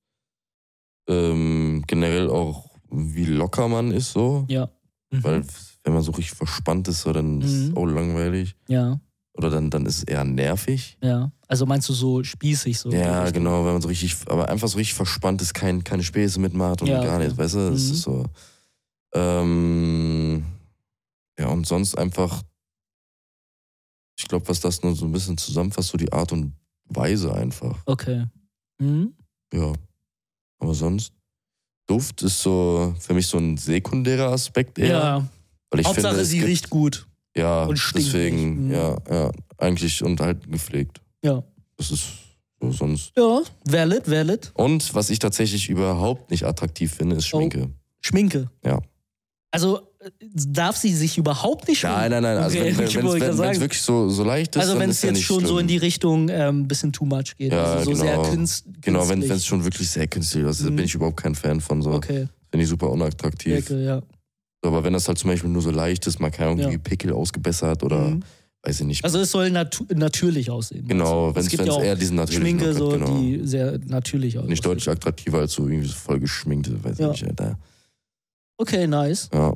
ähm, generell auch, wie locker man ist so. Ja. Mhm. Weil wenn man so richtig verspannt ist, so, dann ist es Mhm. auch langweilig. ja, Oder dann, dann ist es eher nervig. ja. Also meinst du so spießig so? ne? Ja, Richtig. genau, wenn man so richtig, aber einfach so richtig verspannt ist, kein, keine Späße mitmacht und Ja, gar okay. nichts, weißt du? Das Mhm. ist so. Ähm, ja, und sonst einfach, ich glaube, was das nur so ein bisschen zusammenfasst, so die Art und Weise einfach. Okay. Mhm. Ja. Aber sonst, Duft ist so für mich so ein sekundärer Aspekt Ja. eher. weil ich Hauptsache, finde, es sie gibt, riecht gut. Ja, und stinkt deswegen, nicht. Mhm. ja, ja, eigentlich und halt gepflegt. Ja. Das ist so sonst. Ja, valid, valid. Und was ich tatsächlich überhaupt nicht attraktiv finde, ist Schminke. Oh. Schminke. Ja. Also äh, darf sie sich überhaupt nicht schminken? Nein, nein, nein. Also Okay, wenn es ich wollte gerade sagen. wirklich so, so leicht ist, also dann wenn ist es ja jetzt nicht schon schlimm. so in die Richtung ein ähm, bisschen too much geht. Ja, also so genau. sehr künst, künstlich. Genau, wenn es schon wirklich sehr künstlich ist, da Mhm. bin ich überhaupt kein Fan von so. Okay, Finde ich super unattraktiv. Decke, ja. Aber wenn das halt zum Beispiel nur so leicht ist, mal keine Ahnung, Ja. die Pickel ausgebessert oder Mhm. weiß ich nicht. Also es soll natu natürlich aussehen. genau, Es wenn es gibt ja auch eher diesen natürlichen Schminke, Look so hat, genau. die sehr natürlich aussieht. Nicht deutlich attraktiver als so irgendwie so voll geschminkte, weiß ich Ja. nicht, Alter. Okay, nice. Ja.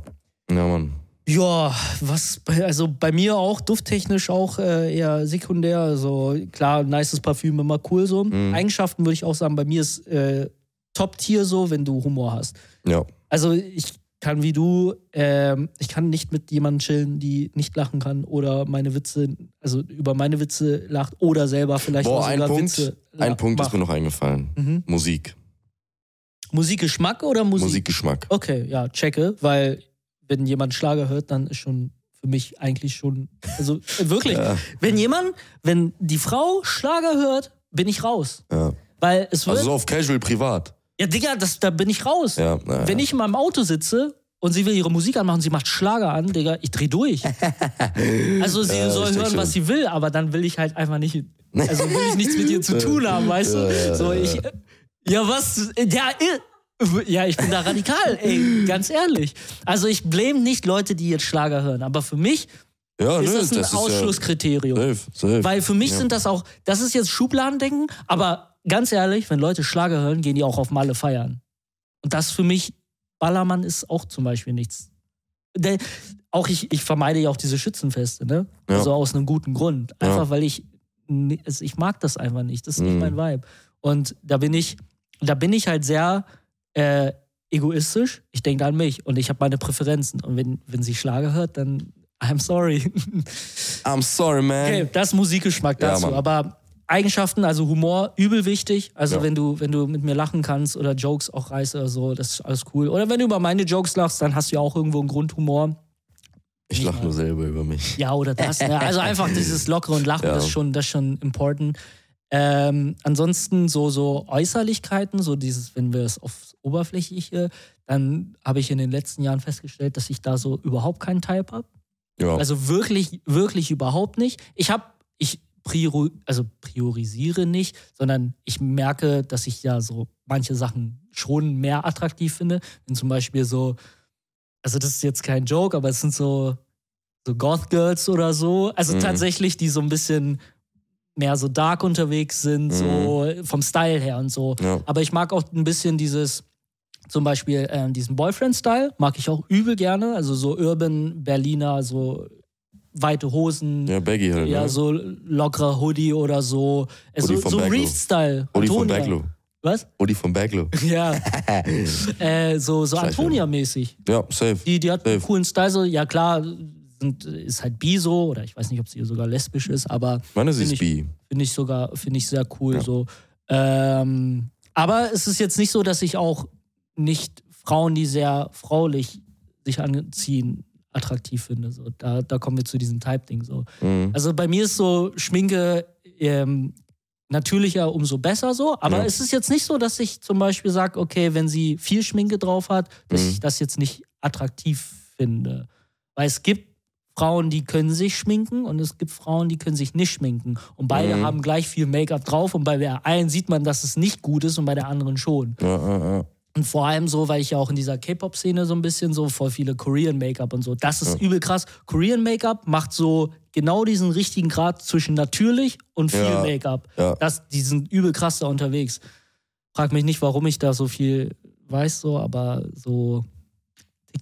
Ja, Mann. Ja, was, bei- also bei mir auch dufttechnisch auch äh, eher sekundär. Also klar, nices Parfüm immer cool so. Mhm. Eigenschaften würde ich auch sagen, bei mir ist äh, Top-Tier so, wenn du Humor hast. Ja. Also ich kann wie du, ähm, ich kann nicht mit jemandem chillen, die nicht lachen kann oder meine Witze, also über meine Witze lacht oder selber vielleicht Boah, auch ein sogar Punkt, Witze la- ein Punkt ist macht. mir noch eingefallen. Mhm. Musik. Musikgeschmack oder Musik? Musikgeschmack. Okay, ja, checke, weil wenn jemand Schlager hört, dann ist schon für mich eigentlich schon, also äh, wirklich, Ja, wenn jemand, wenn die Frau Schlager hört, bin ich raus. ja. Weil es wird, Also so auf Casual privat. ja Digga, das, da bin ich raus. Ja, na, Wenn ja. ich in meinem Auto sitze und sie will ihre Musik anmachen, sie macht Schlager an, Digga, ich dreh durch. Also sie Ja, ich soll check hören, was schon. sie will, aber dann will ich halt einfach nicht, also will ich nichts mit ihr zu tun haben, weißt Ja, du? ja, So ja. ich, ja was, ja, äh, ja, ich bin da radikal, ey, ganz ehrlich. Also ich blame nicht Leute, die jetzt Schlager hören, aber für mich ja, ist Ah, nö, das ein das Ausschlusskriterium. Ist ja, safe, safe. Weil für mich ja. sind das auch, das ist jetzt Schubladendenken, aber ganz ehrlich, wenn Leute Schlager hören, gehen die auch auf Malle feiern. Und das für mich, Ballermann ist auch zum Beispiel nichts. Der, auch ich, ich vermeide ja auch diese Schützenfeste, ne? Ja. Also aus einem guten Grund. Ja. Einfach weil ich, ni- also ich mag das einfach nicht. Das ist nicht Mhm. mein Vibe. Und da bin ich, da bin ich halt sehr äh, egoistisch. Ich denke an mich und ich habe meine Präferenzen. Und wenn, wenn sie Schlager hört, dann I'm sorry. I'm sorry, man. Okay, das ist Musikgeschmack Ähm, Ja, dazu. Mann. aber Eigenschaften, also Humor, übel wichtig. Also Ja. wenn du, wenn du mit mir lachen kannst oder Jokes auch reißt oder so, das ist alles cool. Oder wenn du über meine Jokes lachst, dann hast du ja auch irgendwo einen Grundhumor. Ich lache nur selber über mich. Ja, oder das. Ne? Also einfach dieses Lockere und Lachen, Ja. das ist schon, das ist schon important. Ähm, ansonsten so, so Äußerlichkeiten, so dieses, wenn wir es aufs Oberflächliche, dann habe ich in den letzten Jahren festgestellt, dass ich da so überhaupt keinen Type habe. Ja. Also wirklich, wirklich überhaupt nicht. Ich habe, ich priori also priorisiere nicht, sondern ich merke, dass ich ja so manche Sachen schon mehr attraktiv finde. Wenn zum Beispiel so, also das ist jetzt kein Joke, aber es sind so, so Goth Girls oder so. Also Mhm. tatsächlich, die so ein bisschen mehr so dark unterwegs sind, so vom Style her und so. ja. Aber ich mag auch ein bisschen dieses, zum Beispiel ähm, diesen Boyfriend-Style, mag ich auch übel gerne. Also so Urban, Berliner, so weite Hosen, ja, ja, Baggy halt. ne? so lockerer Hoodie oder so. Äh, Hoodie so von so Baglo. Reef-Style. Odi von Antonia. Baglo. Was? Odi von Baglo. Ja. äh, so so Schleichwerbung. Antonia-mäßig. Ja, safe. Die, die hat einen Safe. coolen Style. So, ja, klar, sind, ist halt bi so oder ich weiß nicht, ob sie sogar lesbisch ist, aber Meine, sie Bin ist ich- bi. finde ich sogar finde ich sehr cool Ja. so. Ähm, aber es ist jetzt nicht so, dass ich auch nicht Frauen, die sehr fraulich sich anziehen, attraktiv finde. So, da, da kommen wir zu diesem Type-Ding so. Mhm. Also bei mir ist so Schminke ähm, natürlicher umso besser so. Aber Ja. es ist jetzt nicht so, dass ich zum Beispiel sage, okay, wenn sie viel Schminke drauf hat, dass Mhm. ich das jetzt nicht attraktiv finde. Weil es gibt Frauen, die können sich schminken und es gibt Frauen, die können sich nicht schminken. Und beide Mhm. haben gleich viel Make-up drauf und bei der einen sieht man, dass es nicht gut ist und bei der anderen schon. Ja, ja, ja. Und vor allem so, weil ich ja auch in dieser K-Pop-Szene so ein bisschen so voll viele Korean-Make-up und so. Das ist übel krass. Korean-Make-up macht so genau diesen richtigen Grad zwischen natürlich und viel Ja, Make-up. ja. Das, die sind übel krass da unterwegs. Frag mich nicht, warum ich da so viel weiß, so, aber so.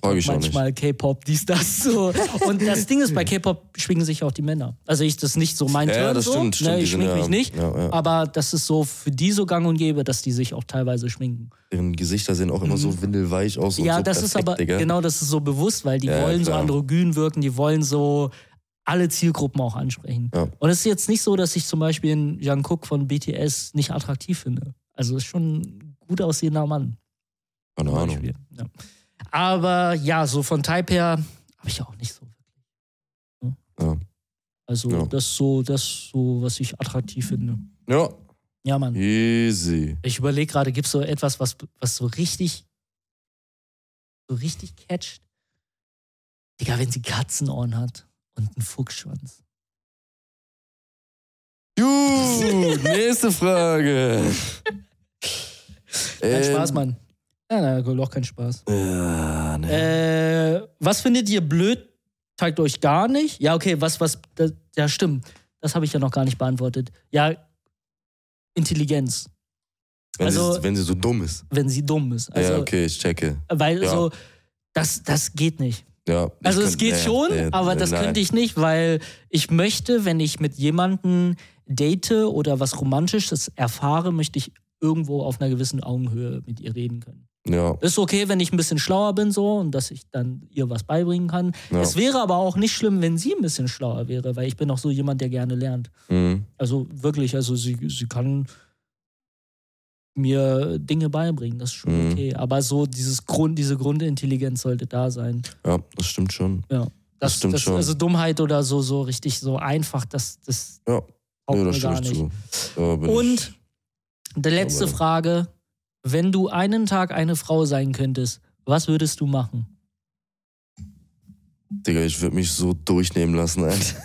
Frag ich auch nicht. manchmal K-Pop, dies, das so. Und das Ding ist, bei K-Pop schwingen sich auch die Männer. Also ich das ist nicht so mein Ja, ja, Turn das so. stimmt, stimmt, ne, die ich sind schmink ja- mich nicht. Ah. ja, ja. Aber das ist so für die so gang und gäbe, dass die sich auch teilweise schminken. Deren Gesichter sehen auch immer so windelweich aus. und Mhm. Ja, so das ist perfekt, aber Digga. genau, das ist so bewusst, weil die Ja, ja, wollen so klar. androgyn wirken, die wollen so alle Zielgruppen auch ansprechen. Ja. Und es ist jetzt nicht so, dass ich zum Beispiel einen Jungkook von BTS nicht attraktiv finde. Also ist schon ein gut aussehender Mann. Keine zum Ahnung. Beispiel. Ja. Aber ja, so von Type her habe ich ja auch nicht so wirklich. ne? Ja. Also Ja. das ist so, das ist so, was ich attraktiv finde. Ja, Ja, Mann. easy. Ich überlege gerade, gibt es so etwas, was, was so richtig, so richtig catcht? Digga, wenn sie Katzenohren hat und einen Fuchsschwanz. Gut, nächste Frage. Kein Ähm, Spaß, Mann. Nein, nein, doch kein Spaß. Ja, ne. Äh, was findet ihr blöd? Zeigt euch gar nicht? Ja, okay, was, was, das, ja, stimmt. Das habe ich ja noch gar nicht beantwortet. Ja, Intelligenz, wenn, also- sie, wenn sie so dumm ist. wenn sie dumm ist. Also, ja, okay, ich checke. Weil Ja. so, das, das geht nicht. Ja, ich Also es könnt- geht nee, schon, nee, aber nee, das äh, nein. könnte ich nicht, weil ich möchte, wenn ich mit jemandem date oder was Romantisches erfahre, möchte ich irgendwo auf einer gewissen Augenhöhe mit ihr reden können. Ja, Ist okay, wenn ich ein bisschen schlauer bin so und dass ich dann ihr was beibringen kann. Ja. Es wäre aber auch nicht schlimm, wenn sie ein bisschen schlauer wäre, weil ich bin auch so jemand, der gerne lernt. mhm. Also wirklich, also sie, sie kann mir Dinge beibringen, das ist schon Mhm. okay. Aber so dieses Grund, diese Grundintelligenz sollte da sein. Ja, das stimmt schon. Ja. Das stimmt schon. Also Dummheit oder so, so richtig so einfach, das, das Ja. taugt ja, mir da stimme gar ich nicht. zu. Da bin Und die letzte Aber- Frage. Wenn du einen Tag eine Frau sein könntest, was würdest du machen? ich, Digga, ich würde mich so durchnehmen lassen, Alter.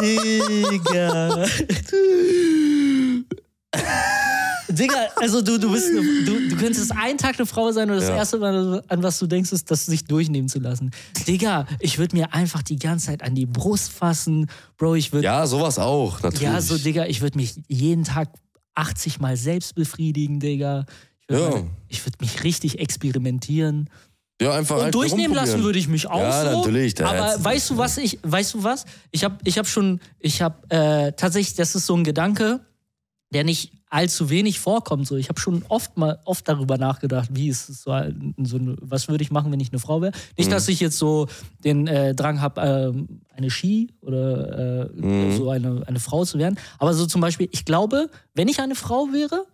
Digga. Digga, also du, du bist eine, du, du könntest einen Tag eine Frau sein und das Ja. erste Mal, an was du denkst, ist, das sich durchnehmen zu lassen. Digga, ich würde mir einfach die ganze Zeit an die Brust fassen. Bro, ich würde Ja, sowas auch, natürlich. Ja, so, Digga, ich würde mich jeden Tag 80 Mal selbst befriedigen, Digga. Ich Ja. würde würd mich richtig experimentieren. ja, einfach Und halt durchnehmen lassen rumprobieren. würde ich mich auch Ja, so. natürlich, da hättest aber du- weißt du was, ich, weißt du was? Ich habe ich hab schon, ich habe äh, tatsächlich, das ist so ein Gedanke, der nicht allzu wenig vorkommt. So, ich habe schon oft mal oft darüber nachgedacht, wie ist es so, ein- so eine- was würde ich machen, wenn ich eine Frau wäre? Nicht, Mhm. dass ich jetzt so den äh, Drang habe, ähm, eine Ski oder äh, Mhm. so eine, eine Frau zu werden. Aber so zum Beispiel, ich glaube, wenn ich eine Frau wäre,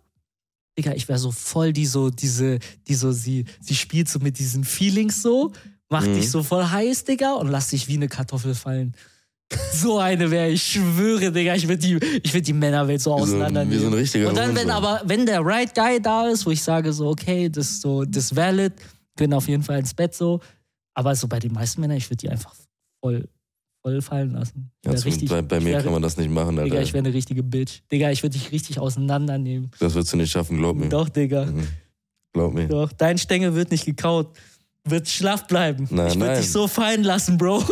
Digga, ich wäre so voll die so, diese, die so, sie, sie spielt so mit diesen Feelings so, macht Mhm. dich so voll heiß, Digga, und lass dich wie eine Kartoffel fallen. So eine wäre, ich schwöre, Digga, ich würde die, ich würd die Männerwelt so Wie so ein- auseinandernehmen. wie so ein richtiger und dann, wenn Hurensohn. aber, wenn der right guy da ist, wo ich sage so, okay, das ist so, das ist valid, können auf jeden Fall ins Bett so. Aber so bei den meisten Männern, ich würde die einfach voll, voll fallen lassen. Ich Ja, wär zum- richtig, bei, bei ich mir wär- kann man halt, das nicht machen, Alter. Digga, ich wäre eine richtige Bitch. Digga, ich würde dich richtig auseinandernehmen. das wirst du nicht schaffen, glaub mir. Doch, Digga. Mhm. Glaub mir. Doch, dein Stängel wird nicht gekaut. Wird schlaff bleiben. Nein, ich würde nein. dich so fallen lassen, Bro.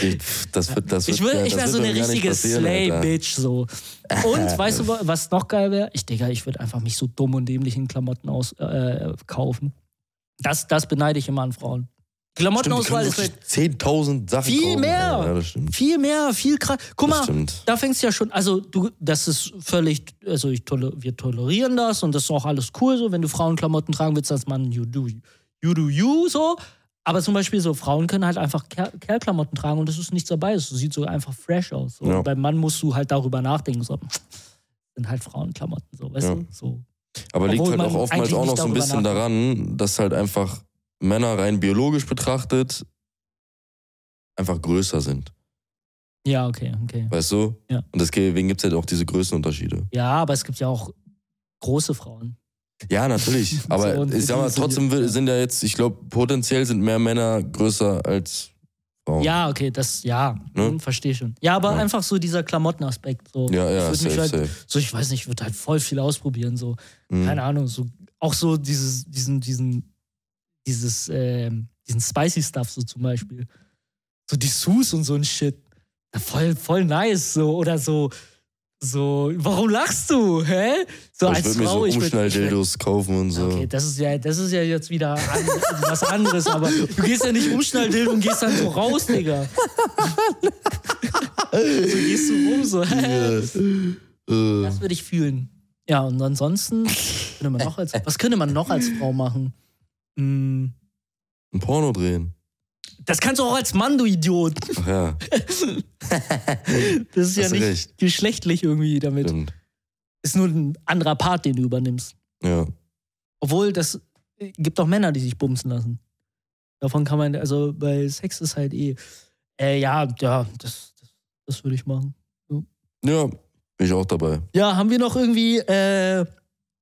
Ich, pff, das wird, das wird, Ich, würd- ja, ich das wäre so wird eine mir gar nicht richtige passieren, Alter. Slay-Bitch so. Und weißt du, wa- was noch geil wäre? Ich, Digga, ich würde einfach mich so dumm und dämlich in Klamotten aus, äh, kaufen. Das, das beneide ich immer an Frauen. Stimmt, die Klamottenauswahl können ist wirklich halt 10.000 Sachen Viel kaufen, mehr. Alter. Ja, das stimmt. viel mehr, viel krass. Guck Das mal, stimmt. da fängst du ja schon, also du, das ist völlig, also ich tole, wir tolerieren das und das ist auch alles cool so, wenn du Frauenklamotten tragen willst als Mann, you do, you do you so. Aber zum Beispiel so, Frauen können halt einfach Kerl- Kerlklamotten tragen und das ist nichts dabei. Es sieht so einfach fresh aus. So. Ja. Und Beim Mann musst du halt darüber nachdenken, so, sind halt Frauenklamotten, so, weißt Ja. du? So. Aber liegt Obwohl halt auch man oftmals eigentlich auch noch nicht so ein darüber bisschen daran, dass halt einfach Männer rein biologisch betrachtet einfach größer sind. Ja, okay, okay. Weißt du? Ja. Und deswegen gibt es halt auch diese Größenunterschiede. Ja, aber es gibt ja auch große Frauen. Ja, natürlich. Aber So, und ich sag mal, die sind- trotzdem wi- sind ja jetzt, ich glaube, potenziell sind mehr Männer größer als Frauen. Ja, okay, das, ja, Ne? hm, verstehe schon. Ja, aber Oh. Ja. einfach so dieser Klamottenaspekt. So. ja, ja ich würd mich safe, halt safe. so ich weiß nicht, ich würde halt voll viel ausprobieren, so, Mhm. keine Ahnung, so, auch so dieses, diesen, diesen, dieses, ähm, diesen spicy Stuff, so zum Beispiel. So die Sus und so ein Shit. Ja, voll, voll nice, so, oder so, so, warum lachst du, hä? So ich als würde mir Frau, so ich würd- ich würd- Umschnalldildos kaufen und so. Okay, das ist ja, das ist ja jetzt wieder an, also was anderes, aber du gehst ja nicht umschnalldilden und gehst dann so raus, Digga. so gehst du rum, so, hä? Äh, Das würde ich fühlen. Ja, und ansonsten, was könnte man noch als, was könnte man noch als Frau machen? Mm, ein Porno drehen. Das kannst du auch als Mann, du Idiot. Ach ja, Das ist ja Hast du nicht recht. geschlechtlich irgendwie damit. stimmt. Ist nur ein anderer Part, den du übernimmst. Ja. Obwohl, das äh, gibt auch Männer, die sich bumsen lassen. Davon kann man, also bei Sex ist halt eh. Äh, ja, ja, das, das, das würde ich machen. Ja, bin ich auch dabei. Ja, haben wir noch irgendwie äh,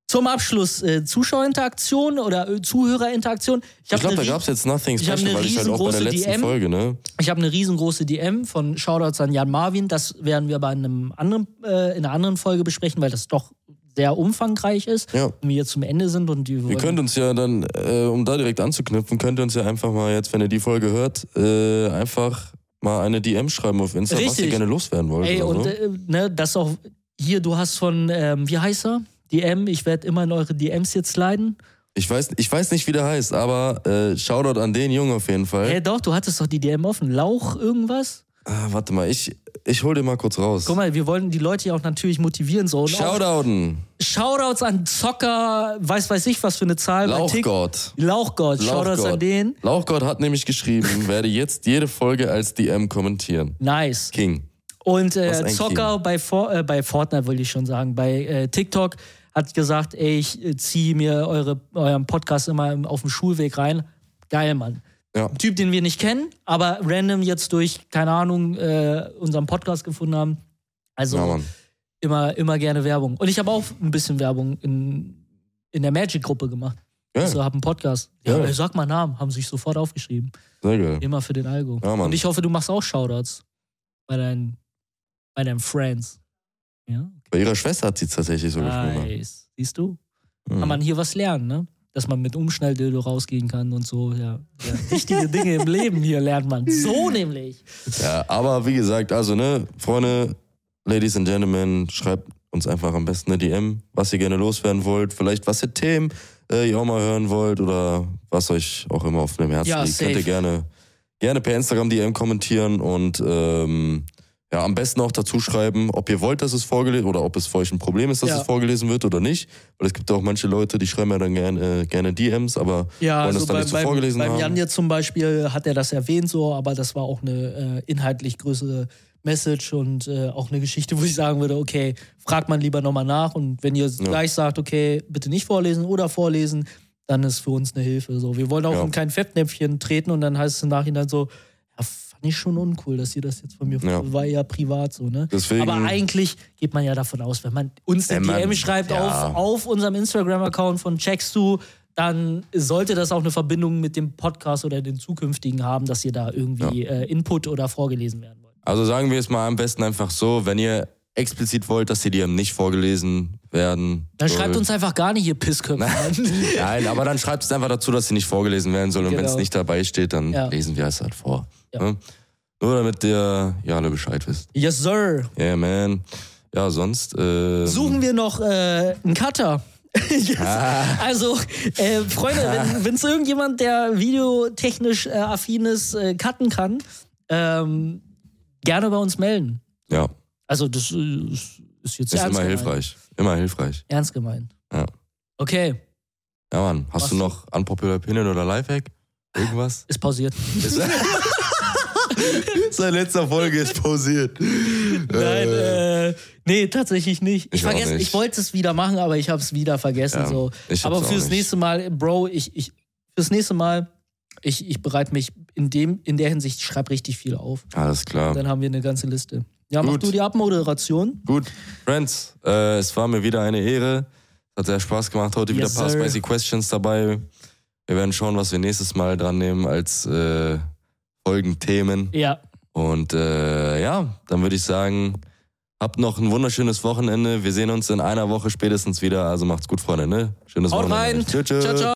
zum Abschluss äh, Zuschauerinteraktion oder äh, Zuhörerinteraktion? Ich, hab glaube, eine da rie- gab es jetzt Nothing ich hab Special, eine weil ich halt auch bei der riesengroße letzten DM. Folge, ne? Ich habe eine riesengroße DM von Shoutouts an Jan Marvin. Das werden wir bei einem anderen, äh, in einer anderen Folge besprechen, weil das doch sehr umfangreich ist. Ja. Und wir jetzt zum Ende sind und die Ihr könnt uns ja dann, äh, um da direkt anzuknüpfen, könnt ihr uns ja einfach mal jetzt, wenn ihr die Folge hört, äh, einfach mal eine DM schreiben auf Insta, was ihr Richtig. gerne loswerden wollt. Ey, oder und so. äh, ne, das auch hier, du hast von, ähm, wie heißt er? DM, ich werde immer in eure DMs jetzt leiden. ich, weiß, ich weiß nicht, wie der heißt, aber äh, Shoutout an den Jungen auf jeden Fall. Hey, doch, du hattest doch die DM offen. Lauch irgendwas? Ah, warte mal, ich, ich hol den mal kurz raus. Guck mal, wir wollen die Leute ja auch natürlich motivieren. So. Und auch Shoutouten, Shoutouts an Zocker, weiß weiß ich was für eine Zahl. bei Tik- Lauchgott. Lauchgott, Shoutouts Lauchgott. an den. Lauchgott hat nämlich geschrieben, werde jetzt jede Folge als DM kommentieren. Nice. King. Was Und äh, ein Zocker bei, For äh, bei Fortnite, wollte ich schon sagen, bei äh, TikTok hat gesagt, ey, ich äh, ziehe mir eure, euren Podcast immer im- auf dem Schulweg rein. Geil, Mann. Ja. Ein Typ, den wir nicht kennen, aber random jetzt durch, keine Ahnung, äh, unseren Podcast gefunden haben. Also Ja, Mann. immer, immer gerne Werbung. Und ich habe auch ein bisschen Werbung in, in der Magic-Gruppe gemacht. Geil. Also habe einen Podcast. Ja, Geil. Sag mal Namen, haben sich sofort aufgeschrieben. Sehr geil. Immer für den Algo. Ja, Mann. Und ich hoffe, du machst auch Shoutouts bei deinen, bei deinen Friends. Ja, Bei ihrer Schwester hat sie es tatsächlich so geschrieben. nice. Siehst du? Mhm. Kann man hier was lernen, ne? Dass man mit Umschnalldildo rausgehen kann und so. Ja, ja. wichtige Dinge im Leben hier lernt man. So nämlich. Ja, aber wie gesagt, also, ne, Freunde, Ladies and Gentlemen, schreibt uns einfach am besten eine DM, was ihr gerne loswerden wollt, vielleicht was für Themen äh, ihr auch mal hören wollt oder was euch auch immer auf dem Herzen Ja, liegt. Könnt ihr safe. gerne, gerne per Instagram DM kommentieren und ähm, ja, am besten auch dazu schreiben, ob ihr wollt, dass es vorgelesen oder ob es für euch ein Problem ist, dass Ja. es vorgelesen wird oder nicht. Weil es gibt auch manche Leute, die schreiben ja dann gerne, äh, gerne DMs, aber Ja, wollen also es dann bei, nicht so beim, vorgelesen beim haben. Jan jetzt zum Beispiel hat er das erwähnt so, aber das war auch eine äh, inhaltlich größere Message und äh, auch eine Geschichte, wo ich sagen würde, okay, fragt man lieber nochmal nach und wenn ihr gleich sagt, okay, bitte nicht vorlesen oder vorlesen, dann ist für uns eine Hilfe. So, wir wollen auch Ja. in kein Fettnäpfchen treten und dann heißt es im Nachhinein so, ja, fand ich schon uncool, dass ihr das jetzt von mir Ja. war ja privat so, ne? Deswegen- aber eigentlich geht man ja davon aus, wenn man uns eine Wenn man- DM schreibt ja. auf, auf unserem Instagram-Account von Checkst du, dann sollte das auch eine Verbindung mit dem Podcast oder den zukünftigen haben, dass ihr da irgendwie äh, Input oder vorgelesen werden wollt. Also sagen wir es mal am besten einfach so, wenn ihr explizit wollt, dass die DM nicht vorgelesen werden. Dann soll- schreibt uns einfach gar nicht, ihr Pissköpfe. Mann. Nein, aber dann schreibt es einfach dazu, dass sie nicht vorgelesen werden soll. Und wenn es Genau. nicht dabei steht, dann Ja. lesen wir es halt vor. Ja. Ne? Nur damit ihr ja alle Bescheid wisst. yes, sir. Yeah, man. Ja, sonst. Ähm, Suchen wir noch äh, einen Cutter. yes. Also, äh, Freunde, wenn es irgendjemand, der videotechnisch äh, affin ist, äh, cutten kann, ähm, gerne bei uns melden. Ja, Also, das äh, ist ist jetzt ist ernst immer gemeint. hilfreich. Immer hilfreich. Ernst gemeint. Ja. Okay, Ja, Mann. Hast Was- du noch Unpopular Opinion oder Lifehack? Irgendwas? ist pausiert. Seit letzter Folge ist pausiert. Nein, äh, nee, tatsächlich nicht. Ich, Ich auch vergesse, nicht. ich wollte es wieder machen, aber ich habe es wieder vergessen. Ja, so. ich hab's Aber auch fürs nicht. nächste Mal, Bro, ich, ich fürs nächste Mal, ich, ich bereite mich in dem, in der Hinsicht, ich schreibe richtig viel auf. Alles klar. Dann haben wir eine ganze Liste. Ja, mach Gut. du die Abmoderation. Gut, Friends, äh, es war mir wieder eine Ehre. Es hat sehr Spaß gemacht. Heute wieder Yes, ein paar sir. spicy Questions dabei. Wir werden schauen, was wir nächstes Mal dran nehmen als äh, Folgenthemen. Ja. Und äh, ja, dann würde ich sagen, habt noch ein wunderschönes Wochenende. Wir sehen uns in einer Woche spätestens wieder. Also macht's gut, Freunde. Ne? Schönes Haut Wochenende. rein. Tschö, tschö. Ciao, ciao.